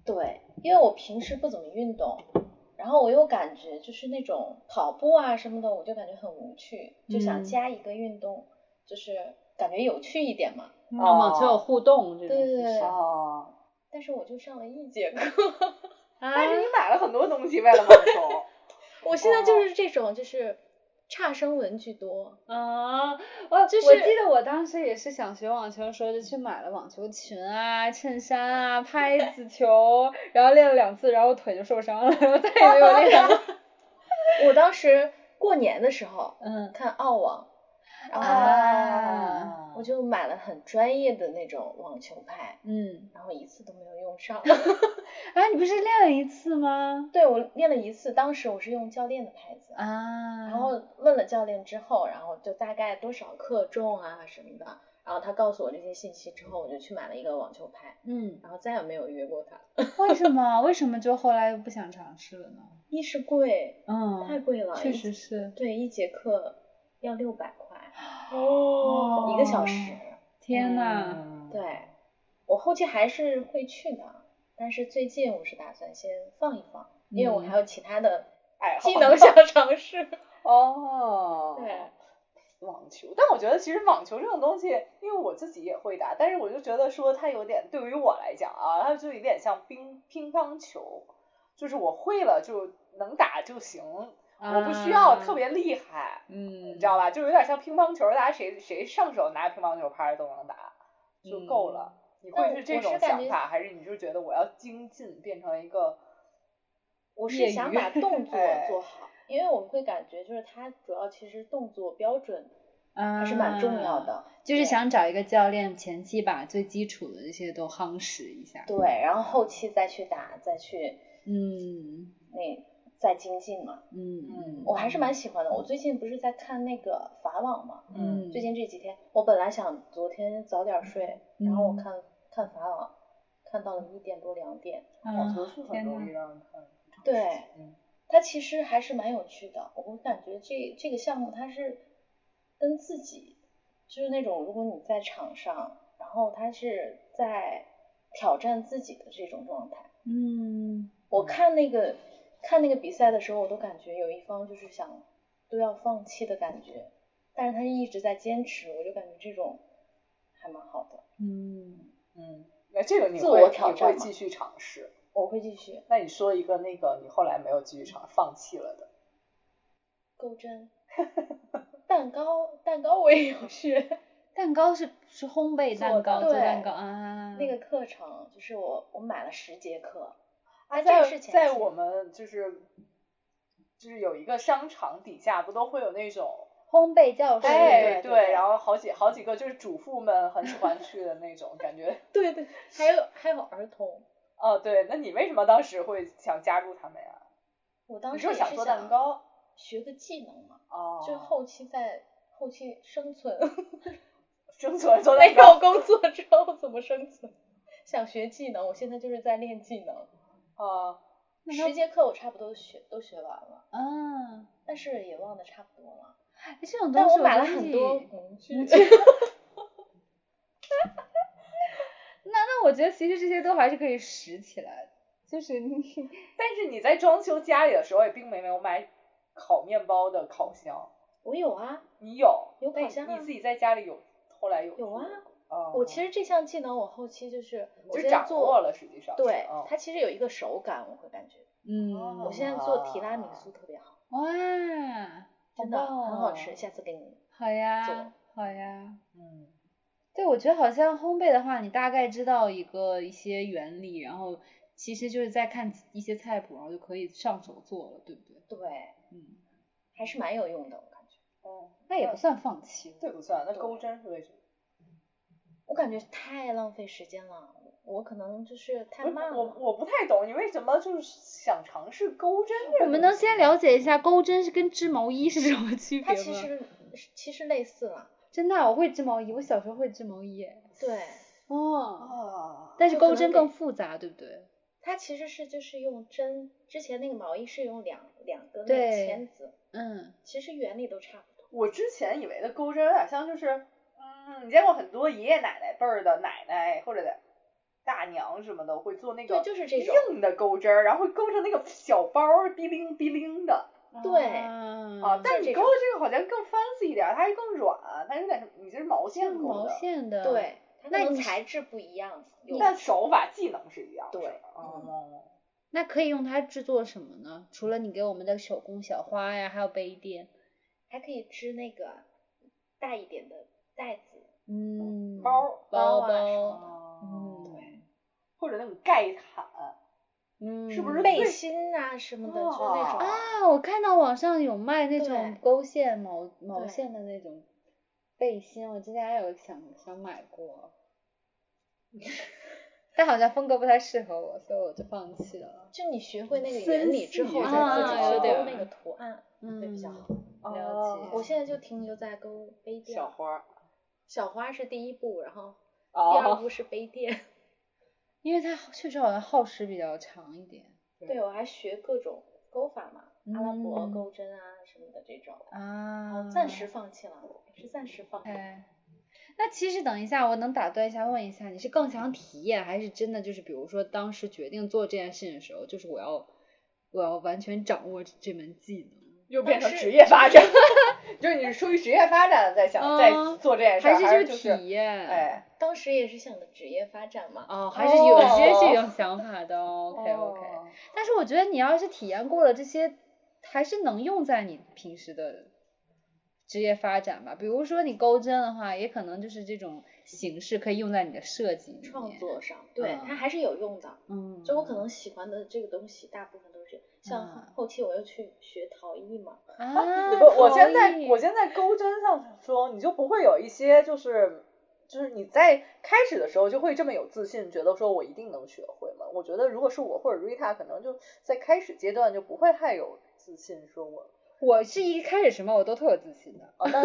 对，因为我平时不怎么运动，然后我又感觉就是那种跑步啊什么的，我就感觉很无趣，就想
嗯
加一个运动，就是感觉有趣一点嘛。
那么就有
哦
互动这种啊
对
事
对
情
对
哦，
但是我就上了一节课，
啊，
但是你买了很多东西为了放松。
我现在就是这种就是差生文居
[laughs]
多，
啊，我
就
我
是
记得我当时也是想学网球的时候，就去买了网球裙啊、衬衫啊、拍子球， [laughs] 然后练了两次，然后我腿就受伤了，然后再也
哎
没有练过。
[laughs] 我当时过年的时候
嗯
看澳网，然后
啊
我就买了很专业的那种网球拍，
嗯，
然后一次都没有用上。 [laughs]
啊，你不是练了一次吗？
对我练了一次，当时我是用教练的拍子，
啊，
然后问了教练之后，然后就大概多少克重啊什么的，然后他告诉我这些信息之后，我就去买了一个网球拍，
嗯，
然后再也没有约过他。
[laughs] 为什么为什么就后来又不想尝试了呢？
一是贵，太
嗯，
贵了，
确
一
实是，
对，一节课要六百块，
哦
一个小时。
嗯
天呐。
嗯对，我后期还是会去的，但是最近我是打算先放一放，因为我
嗯
还有其他的
[laughs]
爱好
技能想尝试。 [laughs]
哦，
对，
网球，但我觉得其实网球这种东西，因为我自己也会打，但是我就觉得说它有点，对于我来讲啊，它就有点像乒乒乓球，就是我会了就能打就行，我不需要
啊
特别厉害，
嗯，
你知道吧？就有点像乒乓球，大家谁谁上手拿乒乓球拍都能打就够了。你会
嗯但
是
我
这
是
种
感
想
觉
法，还是你就觉得我要精进，变成一个
我
业
是
余
想把动作
哎
做好，因为我们会感觉就是它主要其实动作标准
啊，
还是蛮重要的。
就是
对
想找一个教练，前期把最基础的这些都夯实一下。
对，然后后期再去打，再去
嗯
那再精进嘛。
嗯
我还是蛮喜欢的。我最近不是在看那个法网嘛，
嗯，
最近这几天，我本来想昨天早点睡，然后我
嗯
看看法网，看到了一点多两点。
网
啊
球是很
天
容易
呐，
让人看。
对，
嗯
它其实还是蛮有趣的。我感觉这这个项目它是跟自己，就是那种如果你在场上，然后它是在挑战自己的这种状态。
嗯
我看那个看那个比赛的时候，我都感觉有一方就是想都要放弃的感觉，但是他一直在坚持，我就感觉这种还蛮好的。
嗯
嗯，那这个你
自
会
我挑
你
战
会
嘛
继续尝试。
我会继续
那你说一个那个你后来没有继续尝放弃了的，
钩针， [laughs] 蛋糕蛋糕我也有学。
蛋糕是是烘焙蛋糕
做
哦做
的
蛋
对
糕啊，
那个课程就是我我买了十节课，
啊
这
在
个是前
在
期
我们就是就是有一个商场底下不都会有那种。
烘焙教室，
哎，
对对对
然后好几好几个就是主妇们很喜欢去的那种感觉。 [laughs]
对对，还有还有儿童，
哦，对，那你为什么当时会想加入他们呀？
我当
你
时
就
也
是
是
想做蛋糕
学个技能嘛，
哦，
就后期在后期生存，
生存做
没
蛋糕
有工作之后怎么生存？想学技能，我现在就是在练技能，
啊，
那它
十节课我差不多学都学完了，
啊，
但是也忘得差不多了。
哎这种
但
东西
我买了
觉得
很
你
多模具，
那那我觉得其实这些都还是可以拾起来的，就是你
但是你在装修家里的时候也并没有买烤面包的烤箱，
[laughs] 我有啊，
你有？
有
那
烤
你
箱
你
啊
自己在家里有，后来有
有啊
做过。哦
我其实这项技能我后期就是我
就
现在
掌握
做，
了，实际上是
对
嗯，
它其实有一个手感，我会感觉。
嗯，
哦我现在做提拉米苏特别好，
哇，
真的很好吃，
哦
下次给你。
好呀
做，
好呀。
嗯
对，我觉得好像烘焙的话，你大概知道一个一些原理，然后其实就是在看一些菜谱，然后就可以上手做了，对不对？
对，
嗯，
还是蛮有用的，我感觉。
嗯，
那也不算放弃。
对不算，那
对
钩针是为什么？
我感觉太浪费时间了，我可能就是太
不是
慢
我
了。
我不太懂，你为什么就是想尝试钩针这个东西？
我们能先了解一下钩针是跟织毛衣是什么区别
它
吗？
其实
嗯
其实类似了，
真的啊、我会织毛衣，我小时候会织毛衣耶。
对，
哦，
啊？
但是
就可
钩
能
针
得
更复杂，对不对？
它其实是就是用针，之前那个毛衣是用两两根那个
对
签子，
嗯，
其实原理都差不多。
我之前以为的钩针有点像就是，嗯，你见过很多爷爷奶奶辈儿的奶奶或者大娘什么的会做那个
对，就是这种。
硬的钩针儿，然后会勾成那个小包儿，哔铃哔铃的
对
啊。
啊，
但是
是
你
这
勾
种
的这个好像更 fancy 一点儿，它还更软，它有点什么，你这是毛线
像
勾
毛
的。
线的，
对，它
那
可能
你
材质不一样，有
但手法技能是一样的。
对
哦，
那可以用它制作什么呢？除了你给我们的手工小花呀，还有杯垫，
还可以织那个大一点的袋子，
啊
嗯，
包
包
包啊什
包，
么
嗯，
嗯
对，或者那种盖毯，
嗯，
是不是
背
对
心啊什么的，就那种
哦
啊，我看到网上有卖那种
对
勾线毛毛
对
线的那种背心，我之前还有想想买过，但好像风格不太适合我，所以我就放弃了。
就你学会那个
分
原理
析
之后，
一
再
下
自己
啊有
去
点
勾
儿
那个图案，会比较
嗯
好。
了解
哦
我现在就停留在勾杯垫
小
儿，
花儿，
小花是第一步，然后第二
哦，
步是杯垫。
因为它确实好像耗时比较长一点
对，我还学各种钩法嘛，阿拉伯
嗯
钩针啊什么的这种，
嗯
然
啊
后暂时放弃了，是暂时放弃。
哎，那其实等一下，我能打断一下，问一下，你是更想体验，还是真的就是比如说当时决定做这件事情的时候，就是我要我要完全掌握这这门技能，
又变成
当时
职业发展，就是你是出于职业发展在想
嗯
在做这件事儿，还
是
是
就
就是
体验？
哎，
当时也是想着职业发展嘛，
哦，还是有
哦
些是有想法的哦。OK OK，、
哦
但是我觉得你要是体验过了这些，还是能用在你平时的职业发展吧。比如说你钩针的话，也可能就是这种形式可以用在你的设计里面
创。作上，对、
嗯
它还是有用的。
嗯，
就我可能喜欢的这个东西，大部分都是
嗯
像后期我又去学陶艺
[laughs]
嘛， [laughs]
啊，
我我
陶
现在
艺
我现在钩针上说，你就不会有一些就是就是你在开始的时候就会这么有自信，觉得说我一定能学会嘛。我觉得如果是我或者 Rita，可能就在开始阶段就不会太有自信，说我
我是一开始什么我都特有自信的。
哦，但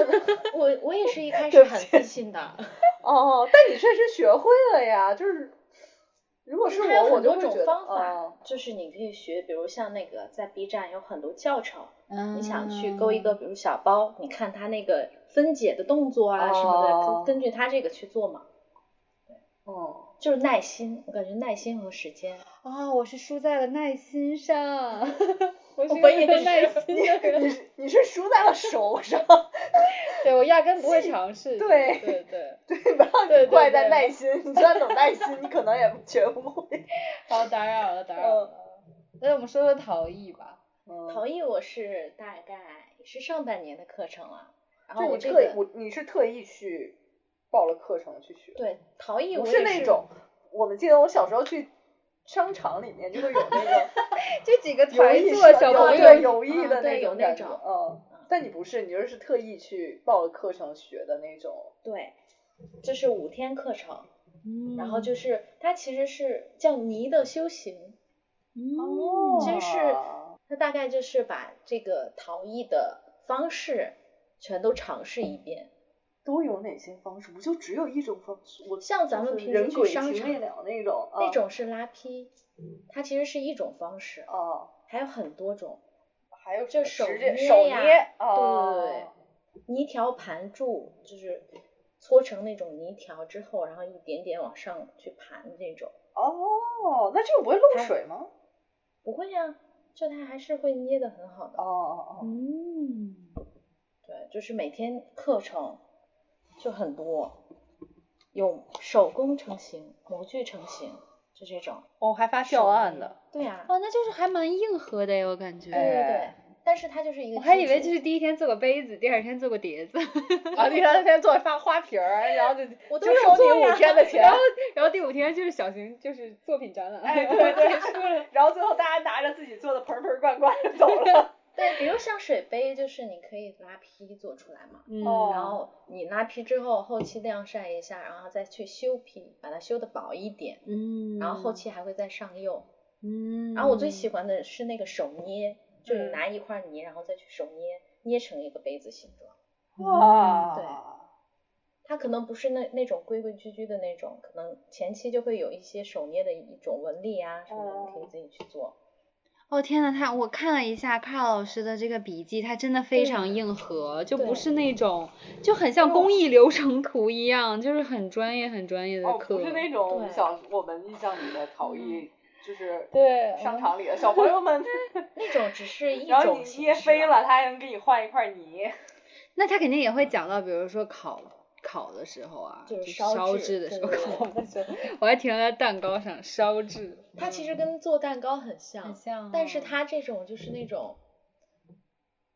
我我也是
[laughs]
一开
对
始
不
很
起
自信的，
哦，但你确实学会了呀，就是如果是
它有
我，我
很
就
多
会
种
觉得，
方法，
哦
就是你可以学，比如像那个在 B 站有很多教程，
嗯
哦你想去勾一
嗯
个，比如小包，你看它那个分解的动作啊什么的，
哦
根根据它这个去做嘛。
哦，
就是耐心，我感觉耐心和时间。
啊、我是输在了耐心上， [laughs] 我是
我
一
也
个
是
耐心的人。 [laughs]
你是你是输在了手上，
对我压根不会尝试。
对
对对，
对，
对
不要
对
你怪在
对
耐心，你就算有耐心，你可能也学不会。
好打扰了打扰
嗯
了。那我们说说陶艺吧。
嗯
陶艺我是大概也是上半年的课程了，然后
就你
我这
特意
个
我你是特意去报了课程去学，
对陶艺
不
我
是
也
那种我们记得我小时候去商场里面就会有那个
这几个
[laughs] 有
才
意
做
识
小
有
朋
对
友，
有意
啊
的
对
那
有
种
那
感觉，
种
嗯。但你不是，你就是特意去报了课程学的那种，
对，这是五天课程，
嗯
然后就是它其实是叫泥的修行，
哦
其实是
哦
它大概就是把这个陶艺的方式全都尝试一遍。
都有哪些方式？不就只有一种方式？我
像咱
就
们
是
平时
人
去
鬼
商
情
场
未了那种，
那
嗯
种是拉坯，它其实是一种方式，
哦，
还有很多种。
还有
就
什么
手
直接
捏
手
呀
捏，
对对
哦
对，泥条盘柱就是搓成那种泥条之后，然后一点点往上去盘那种。
哦，那这个不会漏
它
水吗？
不会呀、就它还是会捏的很好
哦
的。
哦哦，
嗯，
对，就是每天课程就很多，有手工成型、模具成型，就这种。
我还发
教案的，对呀、
哦，那就是还蛮硬核的呀，我感觉。
对对对
哎。
但是它就是一
嗯
个
我
基础，
还以为就是第一天做个杯子，第二天做个碟子， [laughs]
啊，第三天做发花瓶儿，然后就
我都
就
有
收
做
你五
呀
天的钱
然，后然后第五天就是小型就是作品展览。 [laughs]
哎，对对，然后最后大家拿着自己做的盆儿盆儿罐罐的走了。
对，比如像水杯，就是你可以拉坯做出来嘛。
嗯
哦
然后你拉坯之后，后期晾晒一下，然后再去修坯，把它修的薄一点，
嗯，
然后后期还会再上釉。
嗯，
然后我最喜欢的是那个手捏，就
嗯
是拿一块泥，然后再去手捏，捏成一个杯子形状。
哇，哦
对它可能不是那那种规规矩矩的那种，可能前期就会有一些手捏的一种纹理啊什么的，你可以自己去做。
哦天呐，他我看了一下帕老师的这个笔记，他真的非常硬核，就不
对
是那种就很像工艺流程图一样，就是很专业很专业的
哦，
课。
不是那种
对
小我们印象里的陶艺，就是
对我
商
们
场里的小朋友们，
那种只是一
然后你
种形
捏
式啊
飞
吧，
了，他还能给你换一块泥。
那他肯定也会讲到，比如说烤烤的时候啊，
就是
就
烧
烧
制
制的时候
对对对
烤的时候，我还停留在蛋糕上烧制，
它其实跟做蛋糕很像，
很像哦，
但是它这种就是那种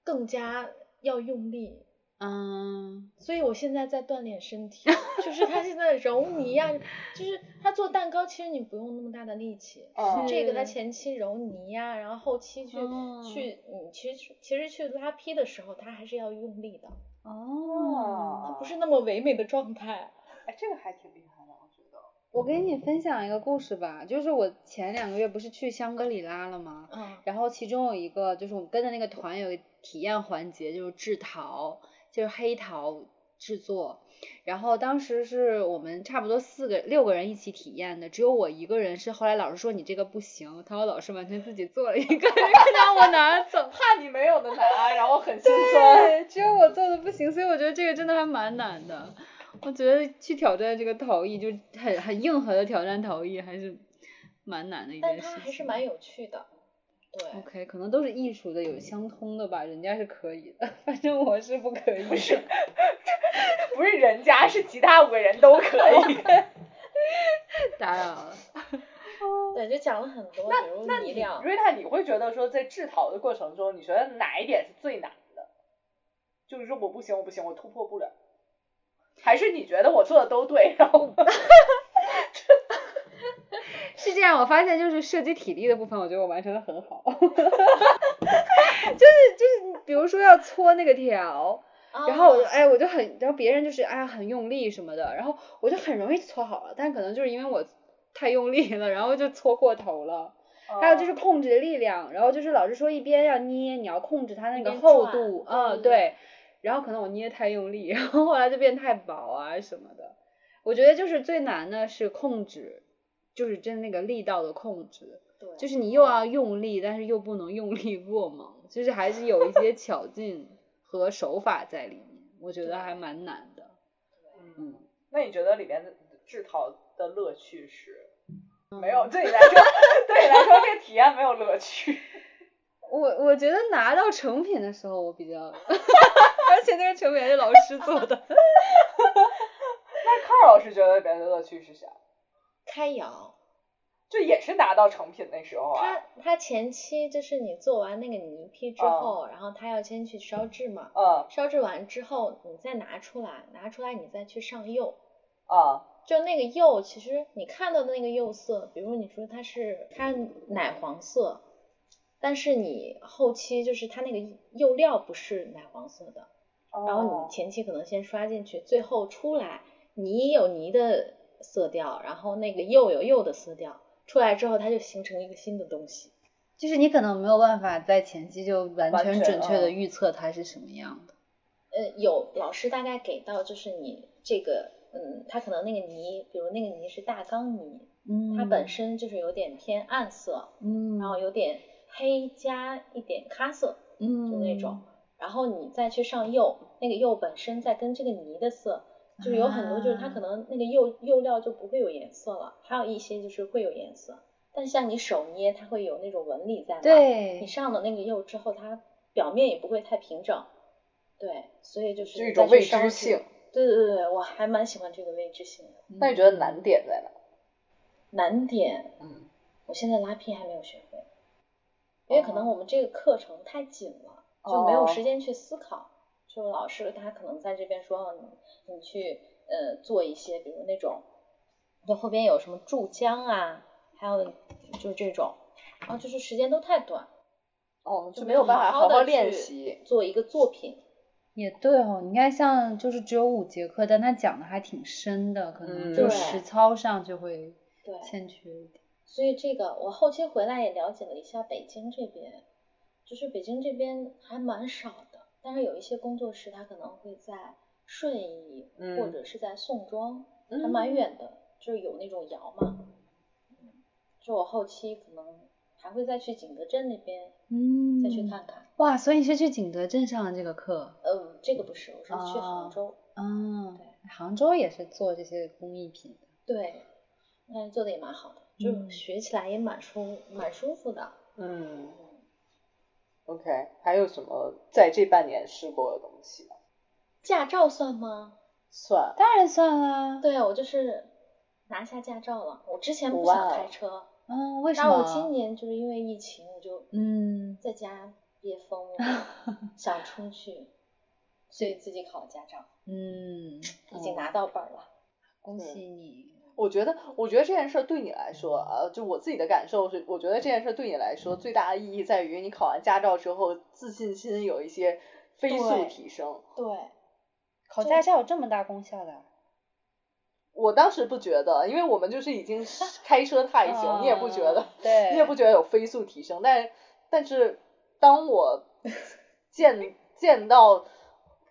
更加要用力，
嗯，
所以我现在在锻炼身体，就是它现在
[laughs]
揉泥呀、就是它做蛋糕其实你不用那么大的力气，
哦
这个它
是
前期揉泥呀、然后后期去、
哦
去你其实其实去拉坯的时候，它还是要用力的，
哦，
它不是那么唯美的状态。
哎，这个还挺厉害的，我觉得。
我给你分享一个故事吧，就是我前两个月不是去香格里拉了吗？
啊，
然后其中有一个就是我们跟着那个团有一个体验环节，就是制陶，就是黑陶制作。然后当时是我们差不多四个六个人一起体验的，只有我一个人是后来老师说你这个不行，陶陶老师完全自己做了一个，让我拿走。
怕你没有的难，然后很心酸。
对，只有我做的不行，所以我觉得这个真的还蛮难的。我觉得去挑战这个陶艺，就是很很硬核的挑战陶艺，还是蛮难的一件
但
事情。
它还是蛮有趣的，对。
OK，可能都是艺术的，有相通的吧，人家是可以的，反正我是不可以的。 [laughs]
[laughs] 不是人家，是其他五个人都可以。
打扰了。
对，就讲了很多，比如
那
泥
你
料，
瑞塔，你会觉得说在制陶的过程中，你觉得哪一点是最难的？就是说我不行，我不行，我突破不了。还是你觉得我做的都对，然后
是这样，我发现就是涉及体力的部分，我觉得我完成的很好。 [laughs] 就是就是，比如说要搓那个条，然后我就
啊
哎我就很，然后别人就是哎呀很用力什么的，然后我就很容易搓好了，但可能就是因为我太用力了，然后就搓过头了。还有就是控制力量，然后就是老师说一边要捏，你要控制它那
一
个
边
厚
转
度，
对
嗯，
对
对。然后可能我捏太用力， [laughs] 然后后来就变太薄啊什么的。我觉得就是最难的是控制，就是真那个力道的控制，
对，
就是你又要用力，但是又不能用力过猛，就是还是有一些巧劲和手法在里面，我觉得还蛮难的。
嗯，
嗯，
那你觉得里面的制陶的乐趣是？没有，对你来说， [laughs] 对你来说这个体验没有乐趣。
我我觉得拿到成品的时候，我比较， [laughs] 而且那个成品还是老师做的。
那 Carl 老师觉得里面的乐趣是啥？
开窑。
就也是拿到成品那时候
它
啊。
它前期就是你做完那个泥坯之后，然后它要先去烧制嘛，
嗯
烧制完之后你再拿出来，拿出来你再去上釉。
嗯
就那个釉，其实你看到的那个釉色，比如你说它是它奶黄色，但是你后期就是它那个釉料不是奶黄色的，
哦
然后你前期可能先刷进去，最后出来泥有泥的色调，然后那个釉有釉的色调，出来之后它就形成一个新的东西。
就是你可能没有办法在前期就完
完
全
全
准确的
嗯
预测它是什么样的。
呃，有老师大概给到就是你这个，嗯，它可能那个泥，比如那个泥是大缸泥，
嗯
它本，身就是有点偏暗色，
嗯，
然后有点黑加一点咖色，
嗯，
就那种，然后你再去上釉，那个釉本身再跟这个泥的色，就是有很多就是它可能那个釉釉料就不会有颜色了，还有一些就是会有颜色，但是像你手捏它会有那种纹理在那，，
对
你，上了那个釉之后，它表面也不会太平整，对，所以就是
是一
再
种
去
未
烧
知
制
性。
对对对对，我还蛮喜欢这个未知性的
嗯
那你觉得难点在哪？
难点，
嗯，
我现在拉坯还没有学会，因为可能我们这个课程太紧了，就没有
哦
时间去思考。就老师他可能在这边说哦你你去呃做一些，比如那种，就后边有什么注浆啊，还有就是这种，然后就是时间都太短，
哦，
就
就没有办法
好
好
的
练习。
做一个作品。
也对哦。你看，像就是只有五节课，但他讲的还挺深的，可能
嗯
就
对
实操上就会
对，
欠缺一点。
所以这个我后期回来也了解了一下北京这边，就是北京这边还蛮少的，但是有一些工作室它可能会在顺义、
嗯
或者是在宋庄，
嗯
还蛮远的，就是有那种窑嘛。嗯就我后期可能还会再去景德镇那边
嗯，
再去。看看。
哇，所以你是去景德镇上的这个课？
嗯，这个不是，我是去杭
哦
州。
嗯
对，
杭州也是做这些工艺品的。
对，但是做的也蛮好的，就
嗯
学起来也蛮舒蛮舒服的。
嗯，OK，还有什么在这半年试过的东西吗？
驾照算吗？
算，
当然算啦。
对啊我就是拿下驾照了。我之前不
哇
想
哦
开车，
嗯，为什
但
么？
我今年就是因为疫情，我就
嗯，
在家憋疯
[laughs]
了，想出去，所以自己考了驾照，
嗯，
已经拿到嗯本儿了。
恭喜你。
我觉得，我觉得这件事儿对你来说，呃，就我自己的感受是，我觉得这件事儿对你来说最大的意义在于，你考完驾照之后，自信心有一些飞速
对
提升。
对，
考驾照有这么大功效的？啊
我当时不觉得，因为我们就是已经开车太久，你也不觉得
嗯， [laughs] 对，
你也不觉得有飞速提升。但但是当我见见到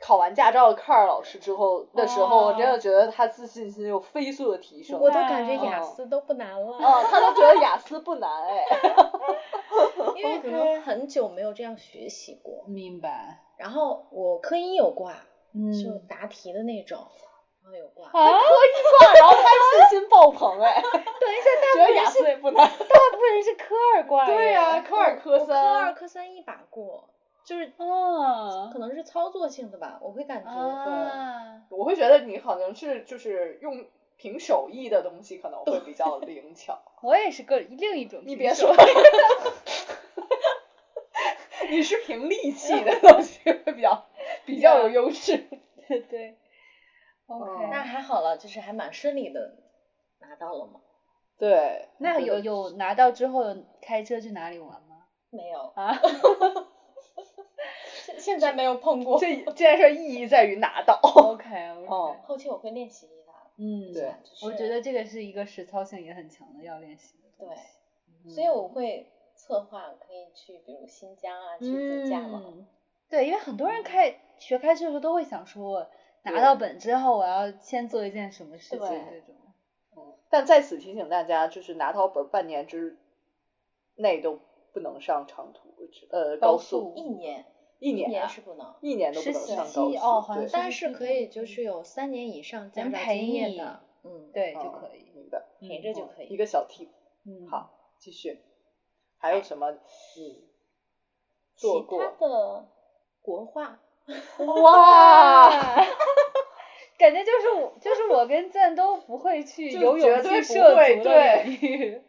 考完驾照的 car 老师之后的时候，我真的觉得他自信心有飞速的提升。
我都感觉
哇
雅
哦
思都不难了。
哦，他都觉得雅思不难哎。
因为可能很久没有这样学习过。
明白。
然后我科一有挂，
嗯
就答题的那种，然后有挂。
啊，
然后他信心爆棚哎，
等一下，
觉得雅思也不难。
大部分人是科二挂耶。
对呀、科
我
二科
我科二
三，
科三一把过，就是
哦
可能是操作性的吧，我会感觉。
啊，
我会觉得你好像是就是用凭手艺的东西可能会比较灵巧。
我也是个另一种。
你别说，你是凭力气 [laughs] 的东西会比较比较有优势。
对对。OK，
哦
那还好了，就是还蛮顺利的拿到了嘛。
[laughs] 对，
那
我觉
有
得
有拿到之后有开车去哪里玩吗？
没有，
啊，
现现在没有碰过。
这这件事儿意义在于拿到。
OK，
哦
后期我会练习一下，
嗯，
对
就是
我觉得这个是一个实操性也很强的要练习的东
对
西。
所以我会策划可以去，比如新疆啊，去自驾嘛。
嗯，对，因为很多人开学开车的时候都会想说，拿到本之后我要先做一件什么事情
对
这种。
但在此提醒大家，就是拿到本半年之内都不能上长途，呃，
高
高
速
一年，
一
一
年啊、
年是不能，
一年都不
实
能
习
上高
期
速，
哦好像
对
是
但是可以就是有三年以上驾
能
照
陪
经验
你
的，嗯，，
对，
嗯
就可以。
明白，
陪着就可
一
以。
个小 tip，
嗯，
好继续，还有什么你做
其
过
他？的国画，
哇，
啊
[laughs]
感觉就是我，就是我跟赞都不会去
就
有
绝
勇
对
气
不
涉
会
足的
对
领域。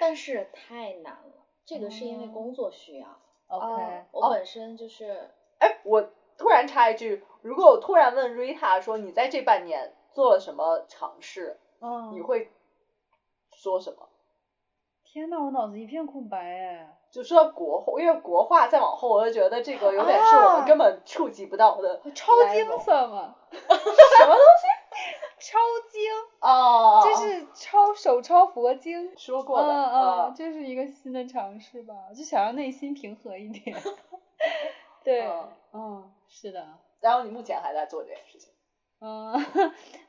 但是太难了，这个是因为
哦
工作需要。
哦
OK，
我本身就是
哎，我突然插一句，如果我突然问 Rita 说你在这半年做了什么尝试，
嗯
你会说什么？
天呐，我脑子一片空白哎。
就说到国画，因为国画再往后，我就觉得这个有点是我
啊
们根本触及不到的 level、
超精算嘛，
[laughs] 什么东西？
[laughs] 超精，
哦，
就是超手抄佛经。
说过的，
嗯嗯，
啊，
这是一个新的尝试吧，就想让内心平和一
[laughs]
点。对，
嗯
嗯，是的，
然后你目前还在做这件事情。
嗯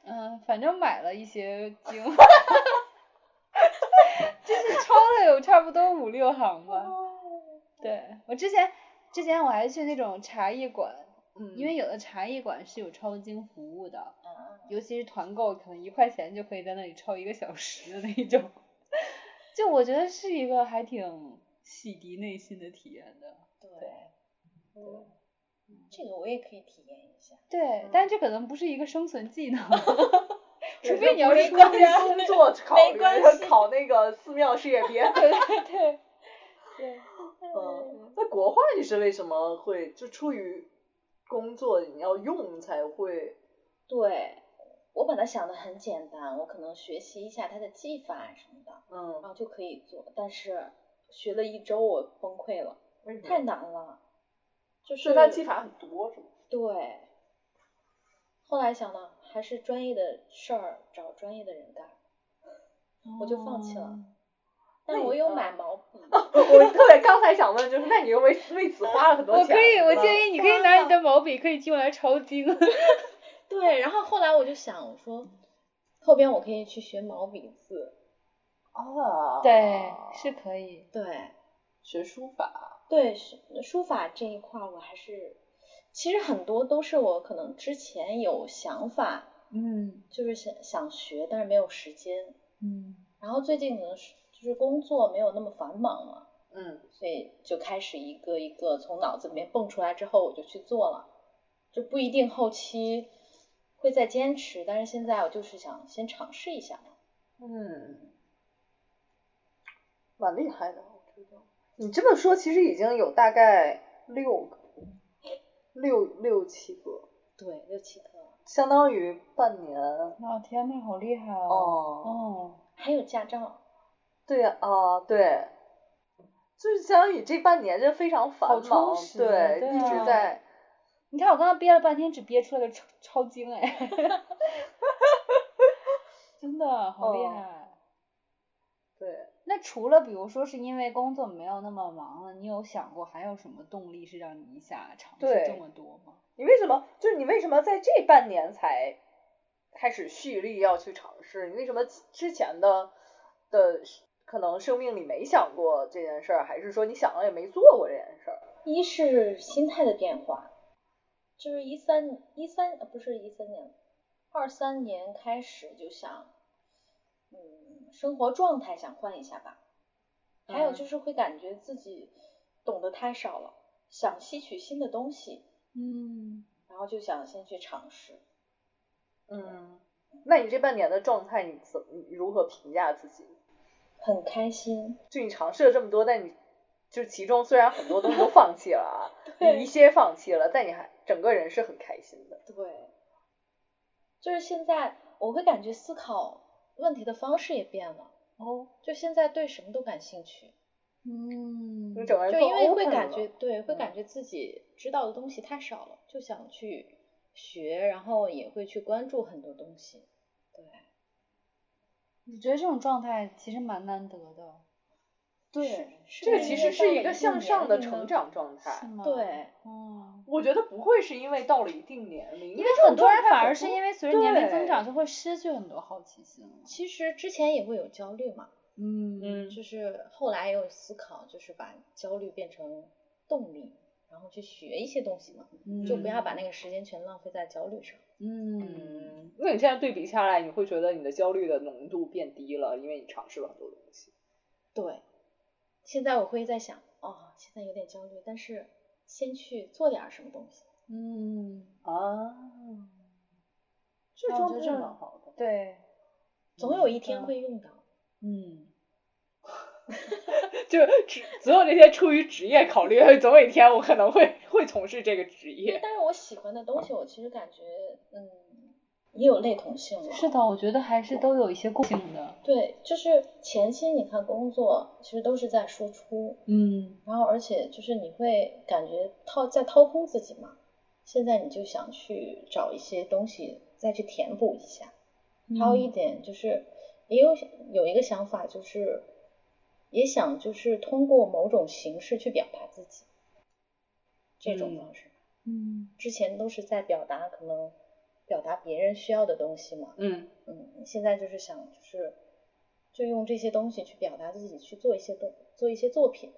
嗯，反正买了一些经， [laughs] 就是抄了有差不多五六行吧。对我之前之前我还去那种茶艺馆，
嗯
因为有的茶艺馆是有抄经服务的，
啊，
尤其是团购，可能一块钱就可以在那里抄一个小时的那一种。 [laughs] 就我觉得是一个还挺洗涤内心的体验的。
对，嗯，这个我也可以体验一下。
对，但这可能不是一个生存技能，除非
除非
你
你
要
要
是
是
出
关
家
于。工作考
没
虑
关
要
系
[laughs] 考那个寺庙事业
[laughs]
编。
[laughs] 对对对对，
嗯，那国画你是为什么会就出于工作你要用才会？
对，我本来想的很简单，我可能学习一下它的技法啊什么的，然
哦
嗯，
后就可以做。但是学了一周，我崩溃了，
为什
太
么？
难了。就是是
它技法很多是吗？ [laughs]
对，后来想呢，还是专业的事儿找专业的人干。嗯我就放弃了
哦
但
哦那
我
你
有
啊
买
[laughs]
毛笔，
我特别刚才想问就是，那你又为为此花了很多
我
钱？
可以，我
嗯
建议你可以拿你的毛笔，可以用来抄经。
对，然后后来我就想，我说后边我可以去学毛笔字，
哦，
对，是可以。
对
学书法，
对，书书法这一块儿我还是，其实很多都是我可能之前有想法，
嗯
就是想想学，但是没有时间，
嗯，
然后最近可能是就是工作没有那么繁忙了，
嗯，
所以就开始一个一个从脑子里面蹦出来之后，我就去做了，就不一定后期会再坚持，但是现在我就是想先尝试一下嘛。
嗯，蛮厉害的，我觉得。你这么说，其实已经有大概六个，六六七个，
对，六七个，
相当于半年。
哦
哇，天呐，好厉害哦！
哦，
哦，
还有驾照，
对呀，啊，对，就是相当于这半年真非常繁
好充
忙，
实
对，
对
一
啊
直在。
你看我刚刚憋了半天，只憋出来个超超精哎，真的好厉
哦
害。
对，
那除了比如说是因为工作没有那么忙了，你有想过还有什么动力是让你一下尝试
对
这么多吗？
你为什么就是你为什么在这半年才开始蓄力要去尝试？你为什么之前的的可能生命里没想过这件事儿，还是说你想了也没做过这件事儿？
一是心态的变化，就是一三一三呃不是一三年，二三年开始就想，嗯，生活状态想换一下吧。还有
嗯
就是会感觉自己懂得太少了，想吸取新的东西，
嗯，
然后就想先去尝试。
嗯，那你这半年的状态，你怎你如何评价自己？
很开心，
就你尝试了这么多，但你就是其中虽然很多东西都放弃了啊，你一些放弃了，但你还整个人是很开心的。
对，就是现在我会感觉思考问题的方式也变了，
哦，
就现在对什么都感兴趣，
嗯，
你整个人
就
更
因为会
open
感
了
觉对，会
嗯
感觉自己知道的东西太少了，就想去学，然后也会去关注很多东西。对，
我觉得这种状态其实蛮难得的，
对，
是
这个
因
其
为
实
到
是
了
一个
定
向
年
上的
龄了
成。长状
是
态。
吗？
对，
嗯。
我觉得不会是因为到了一定年龄，因为
因为
这种
很多
状
人
态
反
很
而是
多
因为随着年龄增长，
对
就会失去很多好奇心了。
其实之前也会有焦虑嘛，
嗯
嗯
就是后来也有思考，就是把焦虑变成动力，然后去学一些东西嘛，就不要
嗯
把那个时间全浪费在焦虑上。
嗯
嗯，
嗯
那你现在对比下来，你会觉得你的焦虑的浓度变低了，因为你尝试了很多东西。
对，现在我会在想，哦，现在有点焦虑，但是先去做点儿什么东西。
嗯，
啊，这
那我
状
觉
态
得这
蛮好的。
对，
总有一天
嗯
会用到。
嗯，
就是只总有那些出于职业考虑，总有一天我可能会会从事这个职
因为
业。
但是我喜欢的东西，我其实感觉，嗯，也有类同性了。
是的，我觉得还是都有一些共性的。嗯
对，就是前期你看工作，其实都是在输出，
嗯
然后而且就是你会感觉掏在掏空自己嘛。现在你就想去找一些东西再去填补一下。
嗯
还有一点就是，也有有一个想法，就是也想就是通过某种形式去表达自己，这种
嗯
方式。
嗯
之前都是在表达可能表达别人需要的东西嘛，
嗯，
嗯，现在就是想就是就用这些东西去表达自己，去做一些东做一些作品，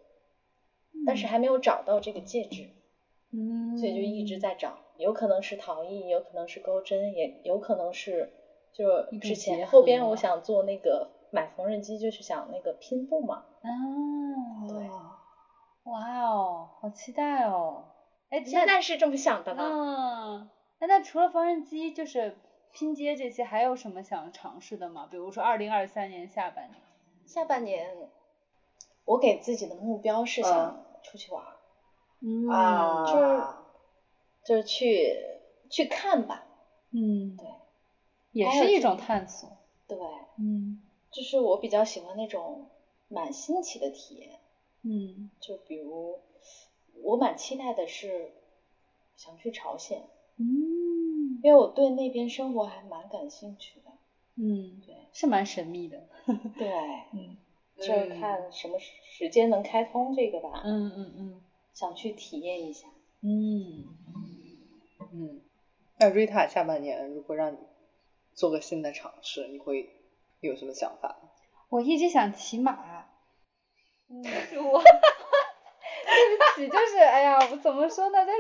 但是还没有找到这个介质，
嗯，
所以就一直在找，有可能是陶艺，有可能是钩针，也有可能是就
一种结
之前
合
后边我想做那个买缝纫机，就是想那个拼布嘛，
啊，
对，
哇哦，好期待哦！哎，
现
那
在是这么想的啦。
嗯，那那除了缝纫机，就是拼接这些，还有什么想尝试的吗？比如说二零二三年下半年。
下半年我给自己的目标是想出去玩儿。
嗯
啊，
就是去去看吧。
嗯，
对
也
还有
是一
这
种
个
探索。
对，
嗯
就是我比较喜欢那种蛮新奇的体验，
嗯
就比如我蛮期待的是想去朝鲜，
嗯
因为我对那边生活还蛮感兴趣的。 [laughs]
嗯，
对
是蛮神秘的。
对，
嗯
就是看什么时间能开通这个吧，
嗯嗯嗯
想去体验一下。
嗯，
嗯，那瑞塔下半年如果让你做个新的尝试，你会有什么想法？
我一直想骑马。 [laughs]
嗯
我，对不起，就是哎呀，我怎么说呢，在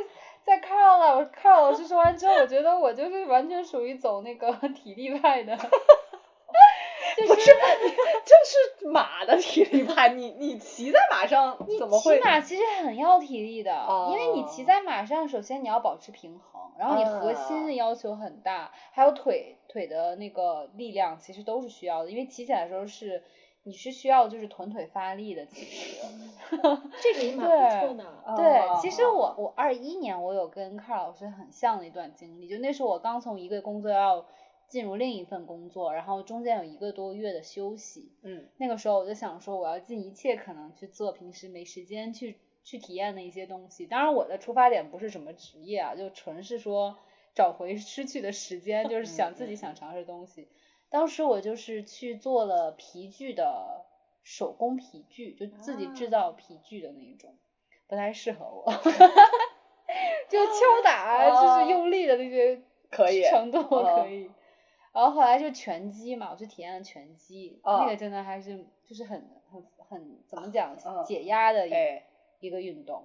在 Carl 老 Carl 老师说 [laughs] 完之后，我觉得我就是完全属于走那个体力派的，就
不是，这啊是马的体力吧？你你骑在马上
你
怎么会
骑？马其实很要体力的，因为你骑
哦
在马上，首先你要保持平衡，然后你核
啊
心的要求很大，还有腿腿的那个力量其实都是需要的，因为骑起来的时候是你是需要就是臀腿发力的，其实。
这个也蛮不错呢。
对，其实
哦
我我二一年我有跟卡尔老师很像的一段经历，就那时候我刚从一个工作要进入另一份工作，然后中间有一个多月的休息，
嗯
那个时候我就想说，我要尽一切可能去做平时没时间去去体验的一些东西。当然，我的出发点不是什么职业啊，就纯是说 [laughs] 找回失去的时间，就是想自己想尝试的东西。当时我就是去做了皮具的手工皮具，就自己制造皮具的那一种，不太适合我。 [laughs] 就敲 [laughs] 打，就是用力的那些
哦可以
程度我
哦
可以。然后后来就拳击嘛，我去体验了拳击，
哦
那个真的还是就是很很很怎么讲、
嗯
解压的一、
哎，
一个运动。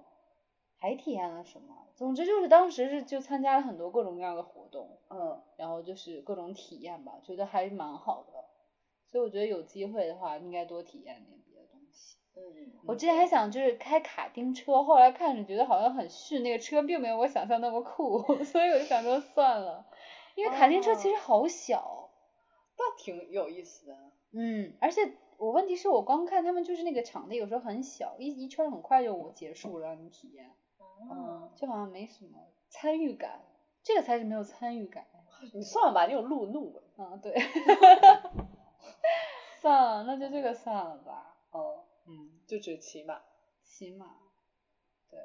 还体验了什么？总之就是当时是就参加了很多各种各样的活动，
嗯，
然后就是各种体验吧，觉得还蛮好的。所以我觉得有机会的话，应该多体验点别的东西。
嗯，
我之前还想就是开卡丁车，后来看着觉得好像很逊，那个车并没有我想象那么酷， [laughs] 所以我就想说算了，因为卡丁车其实好小，
那挺有意思的。
嗯，而且我问题是我光看他们就是那个场地有时候很小，一一圈儿很快就结束了，让你体验，
嗯，
就好像没什么参与感，这个才是没有参与感。
你算了吧，你有路怒。
嗯，对， [laughs] 算了，那就这个算了吧，
哦，
嗯，
就只骑马。
骑马，对，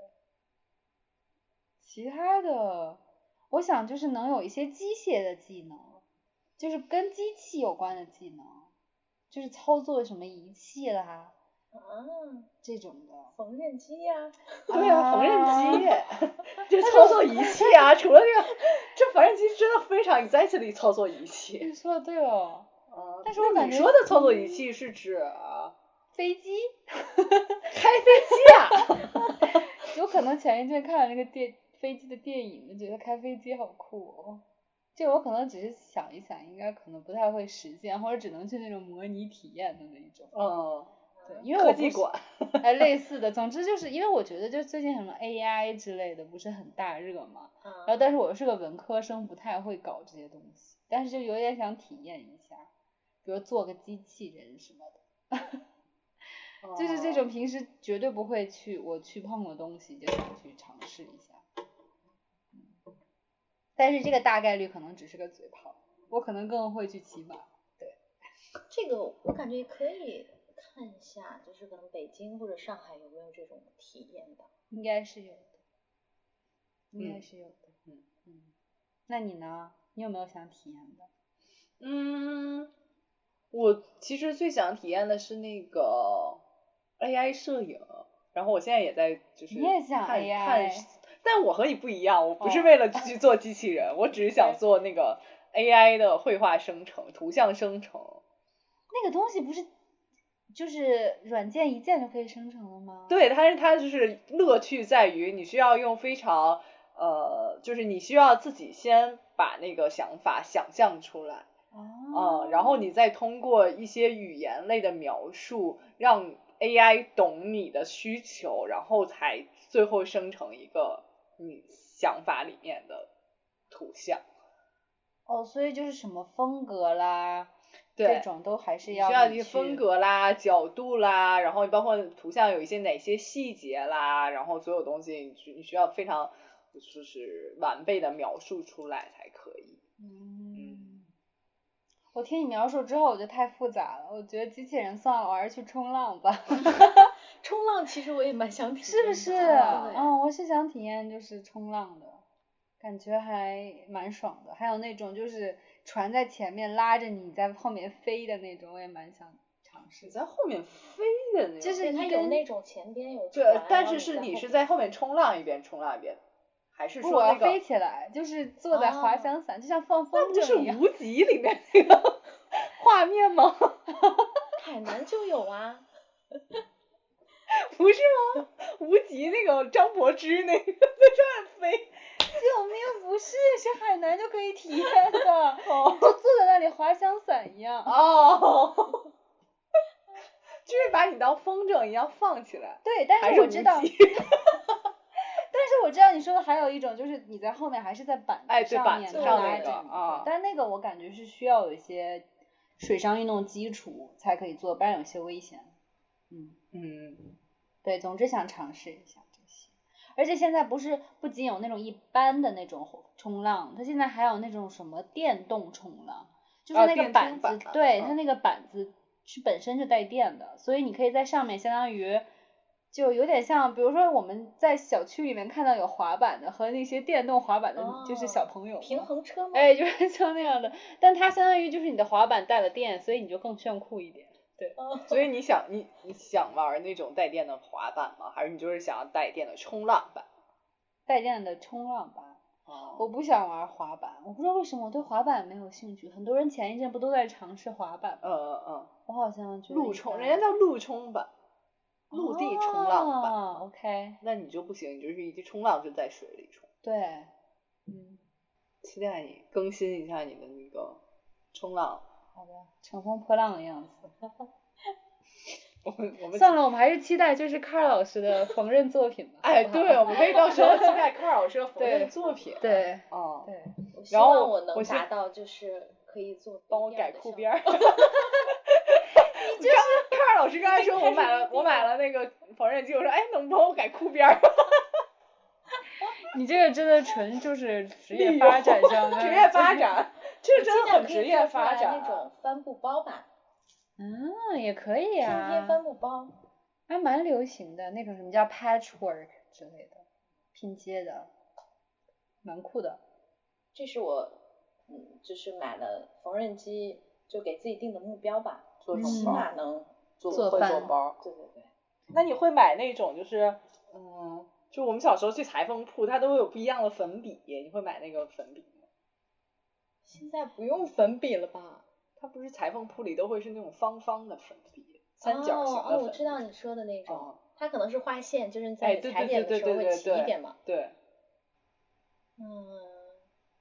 其他的，我想就是能有一些机械的技能，就是跟机器有关的技能，就是操作什么仪器啦
啊，
这种的。
缝纫机呀、
对啊，缝 [laughs] 纫
啊。
机，这操作仪器 [laughs] 啊，除了这个，这缝纫机真的非常 exactly 操作仪器。
你说的对哦，
嗯
但是我
那
感
你
觉
说的操作仪器是指啊
飞机
开飞机啊？
有可能前一阵看了那个电飞机的电影，就觉得开飞机好酷哦。这我可能只是想一想，应该可能不太会实践，或者只能去那种模拟体验的那一种。
嗯，
对，因为我
科
不
技
是
馆。
[laughs] 哎，类似的，总之就是因为我觉得就最近什么 AI 之类的不是很大热嘛，
啊，
然后但是我是个文科生，不太会搞这些东西，但是就有点想体验一下，比如做个机器人什么的，就是这
哦
种平时绝对不会去我去碰的东西，就想去尝试一下。嗯但是这个大概率可能只是个嘴炮，我可能更会去骑马。
这个我感觉可以看一下，就是可能北京或者上海有没有这种体验的。
应该是有的，应该
嗯
是有的。
嗯
嗯，那你呢？你有没有想体验的？
嗯，我其实最想体验的是那个 AI 摄影，然后我现在也在就是
你也想
看
AI
看，但我和你不一样，我不是
哦
为了去做机器人，我只是想做那 [laughs] 个 AI 的绘画生成、图像生成。
那个东西不是就是软件一键就可以生成了吗？，
对，它是它就是乐趣在于你需要用非常呃，就是你需要自己先把那个想法想象出来。
哦、
嗯，然后你再通过一些语言类的描述，让 AI 懂你的需求，然后才最后生成一个你想法里面的图像。
哦，所以就是什么风格啦，
对
这种都还是
你需
要
要
你
一些
去
风。格啦、角度啦，然后包括图像有一些哪些细节啦，然后所有东西你需你需要非常就是完备的描述出来才可以。
嗯，我听你描述之后，我觉得太复杂了，我觉得机器人算了，我还是去冲浪
[laughs]
吧，
冲浪其实我也蛮想体验
是
的，
不是？
对
哦
嗯，我是想体验就是冲浪的。感觉还蛮爽的，还有那种就是船在前面拉着你在后面飞的那种，我也蛮想尝试
你
的。
在后面飞的那种，
就是
对
一
它有
根
那种前边有船，
对，但
然后
是是你是在
在
后面冲浪一边冲浪一边，还是
不，
说
我
那
要
个？
飞起来，就是坐在滑
哦
翔伞，就像放
那
风
不是
[laughs] 筝一
《
样。
无极》里面
[laughs]
那个画面吗？
海南就有啊，
[laughs] 不是吗？《无极》那个张柏芝那个在上面飞，
救命，不是，是海南就可以体验的， [laughs] 你就坐在那里滑翔伞一样。
哦， [laughs] 就是把你当风筝一样放起来，
对，但
还
是
是
我知道
无，极
[laughs] 但是我知道你说的还有一种就是你在后面还是在板
哎
子
对
上
板
面
子
的哦拉
上那
着
个
你
啊
但那个我感觉是需要有一些水上运动基础才可以做，不然有些危险。嗯。
嗯，
对，总之想尝试一下这些。而且现在不是不仅有那种一般的那种冲浪，它现在还有那种什么电动冲浪，就是
啊
那个
电
板
冲
子，
板
对、
嗯
它那个板子是本身就带电的，所以你可以在上面相当于。就有点像，比如说我们在小区里面看到有滑板的和那些电动滑板的，就是小
哦
朋友
平
嘛
衡车吗？
哎，就是 [laughs] 像那样的，但它相当于就是你的滑板带了电，所以你就更炫酷一点。
所以你想你你想玩那种带电的滑板吗？还是你就是想要带电的冲浪板？
带电的冲浪板，我
哦，
不想玩滑板，我不知道为什么我对滑板没有兴趣。很多人前一阵不都在尝试滑板吗？
嗯嗯嗯，
我好像觉得
陆冲，
哦
人家叫陆冲板，陆地冲浪板。
啊、OK，
那你就不行，你就是一冲浪就在水里冲。
对，嗯，
期待你更新一下你的那个冲浪。
好的，乘风破浪的样子。
我们我们
算了，我们还是期待就是卡尔老师的缝纫作品吧。
哎，
好不好
对，我们可以到时候期待看老师的缝
对
纫作品。，
对
哦，
对，
我希
然后
望我能
我先
达到，就是可以做
帮我
不一样
改
的
裤
效
边儿。
果。
[laughs] 你就是 [laughs] 看老师刚才说，我买了我买了那个缝纫机，我说哎，能帮我改裤边儿？
你这个真的纯就是职业
利
发
用
展
[laughs]
上的，
职业发展，这 [laughs] 真的很职业发
我尽量可
展
以做出来那
啊。
种帆布包吧，
嗯，也可以
拼
啊，
贴帆布包，
还蛮流行的那种什么叫 patchwork 之类的，拼接的，蛮酷的。
这是我嗯，就是买了缝纫机就给自己定的目标吧，
做
嗯
成
起
包，
码能，
做
做
会做
饭
包。
对对对，
那你会买那种就是嗯，就我们小时候去裁缝铺，它都会有不一样的粉笔，你会买那个粉笔吗？
现在不用粉笔了吧？
它不是裁缝铺里都会是那种方方的粉笔，
哦
三角形的粉
哦，
笔。
我知道你说的那种
哦，
它可能是画线，就是你
哎
在
对
裁
对
剪
对
的时候
对
会
对
齐
对
一点嘛。
对，
嗯，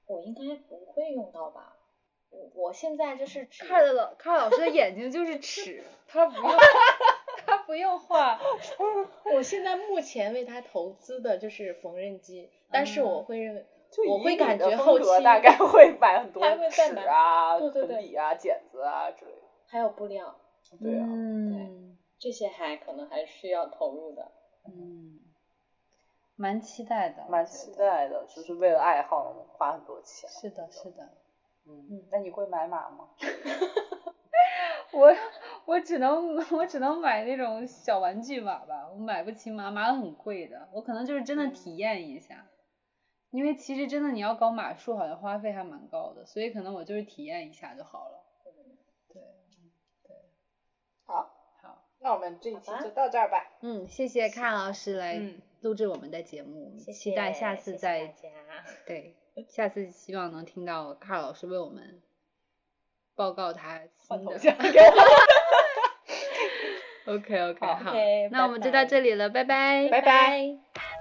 我应该不会用到吧？我我现在就是只
看着老看老师的眼睛就是尺，他不 [laughs] 用他不用画，
我现在目前为他投资的就是缝纫机，但是我会认为，
就
我
以
会
你
感
的
觉
风
后
格
期
大概会买很多
还会再
尺
买
啊、
对对对
粉笔啊、剪子啊之类的。
还有布料
对啊，
嗯
这些还可能还是要投入的。
嗯，蛮期待的，
蛮
我觉
期
得。
待的，就是为了爱好能花很多钱。
是的，是的，
嗯，那你会买马吗？
我我只能我只能买那种小玩具马吧，我买不起马，马很贵的，我可能就是真的体验一下，因为其实真的你要搞马术，好像花费还蛮高的，所以可能我就是体验一下就好了。对，
好，
好，
那我们这一期
好吧
就到这儿吧。
嗯，谢谢看老师来
嗯
录制我们的节目，我们
谢
期
谢，
待下次再
谢谢大家。
对，下次希望能听到卡老师为我们报告他
换
新
头
的。
像给我。
OK OK，
好
好
OK，
那我们就
拜
到
拜
这里了，拜拜
拜拜
拜。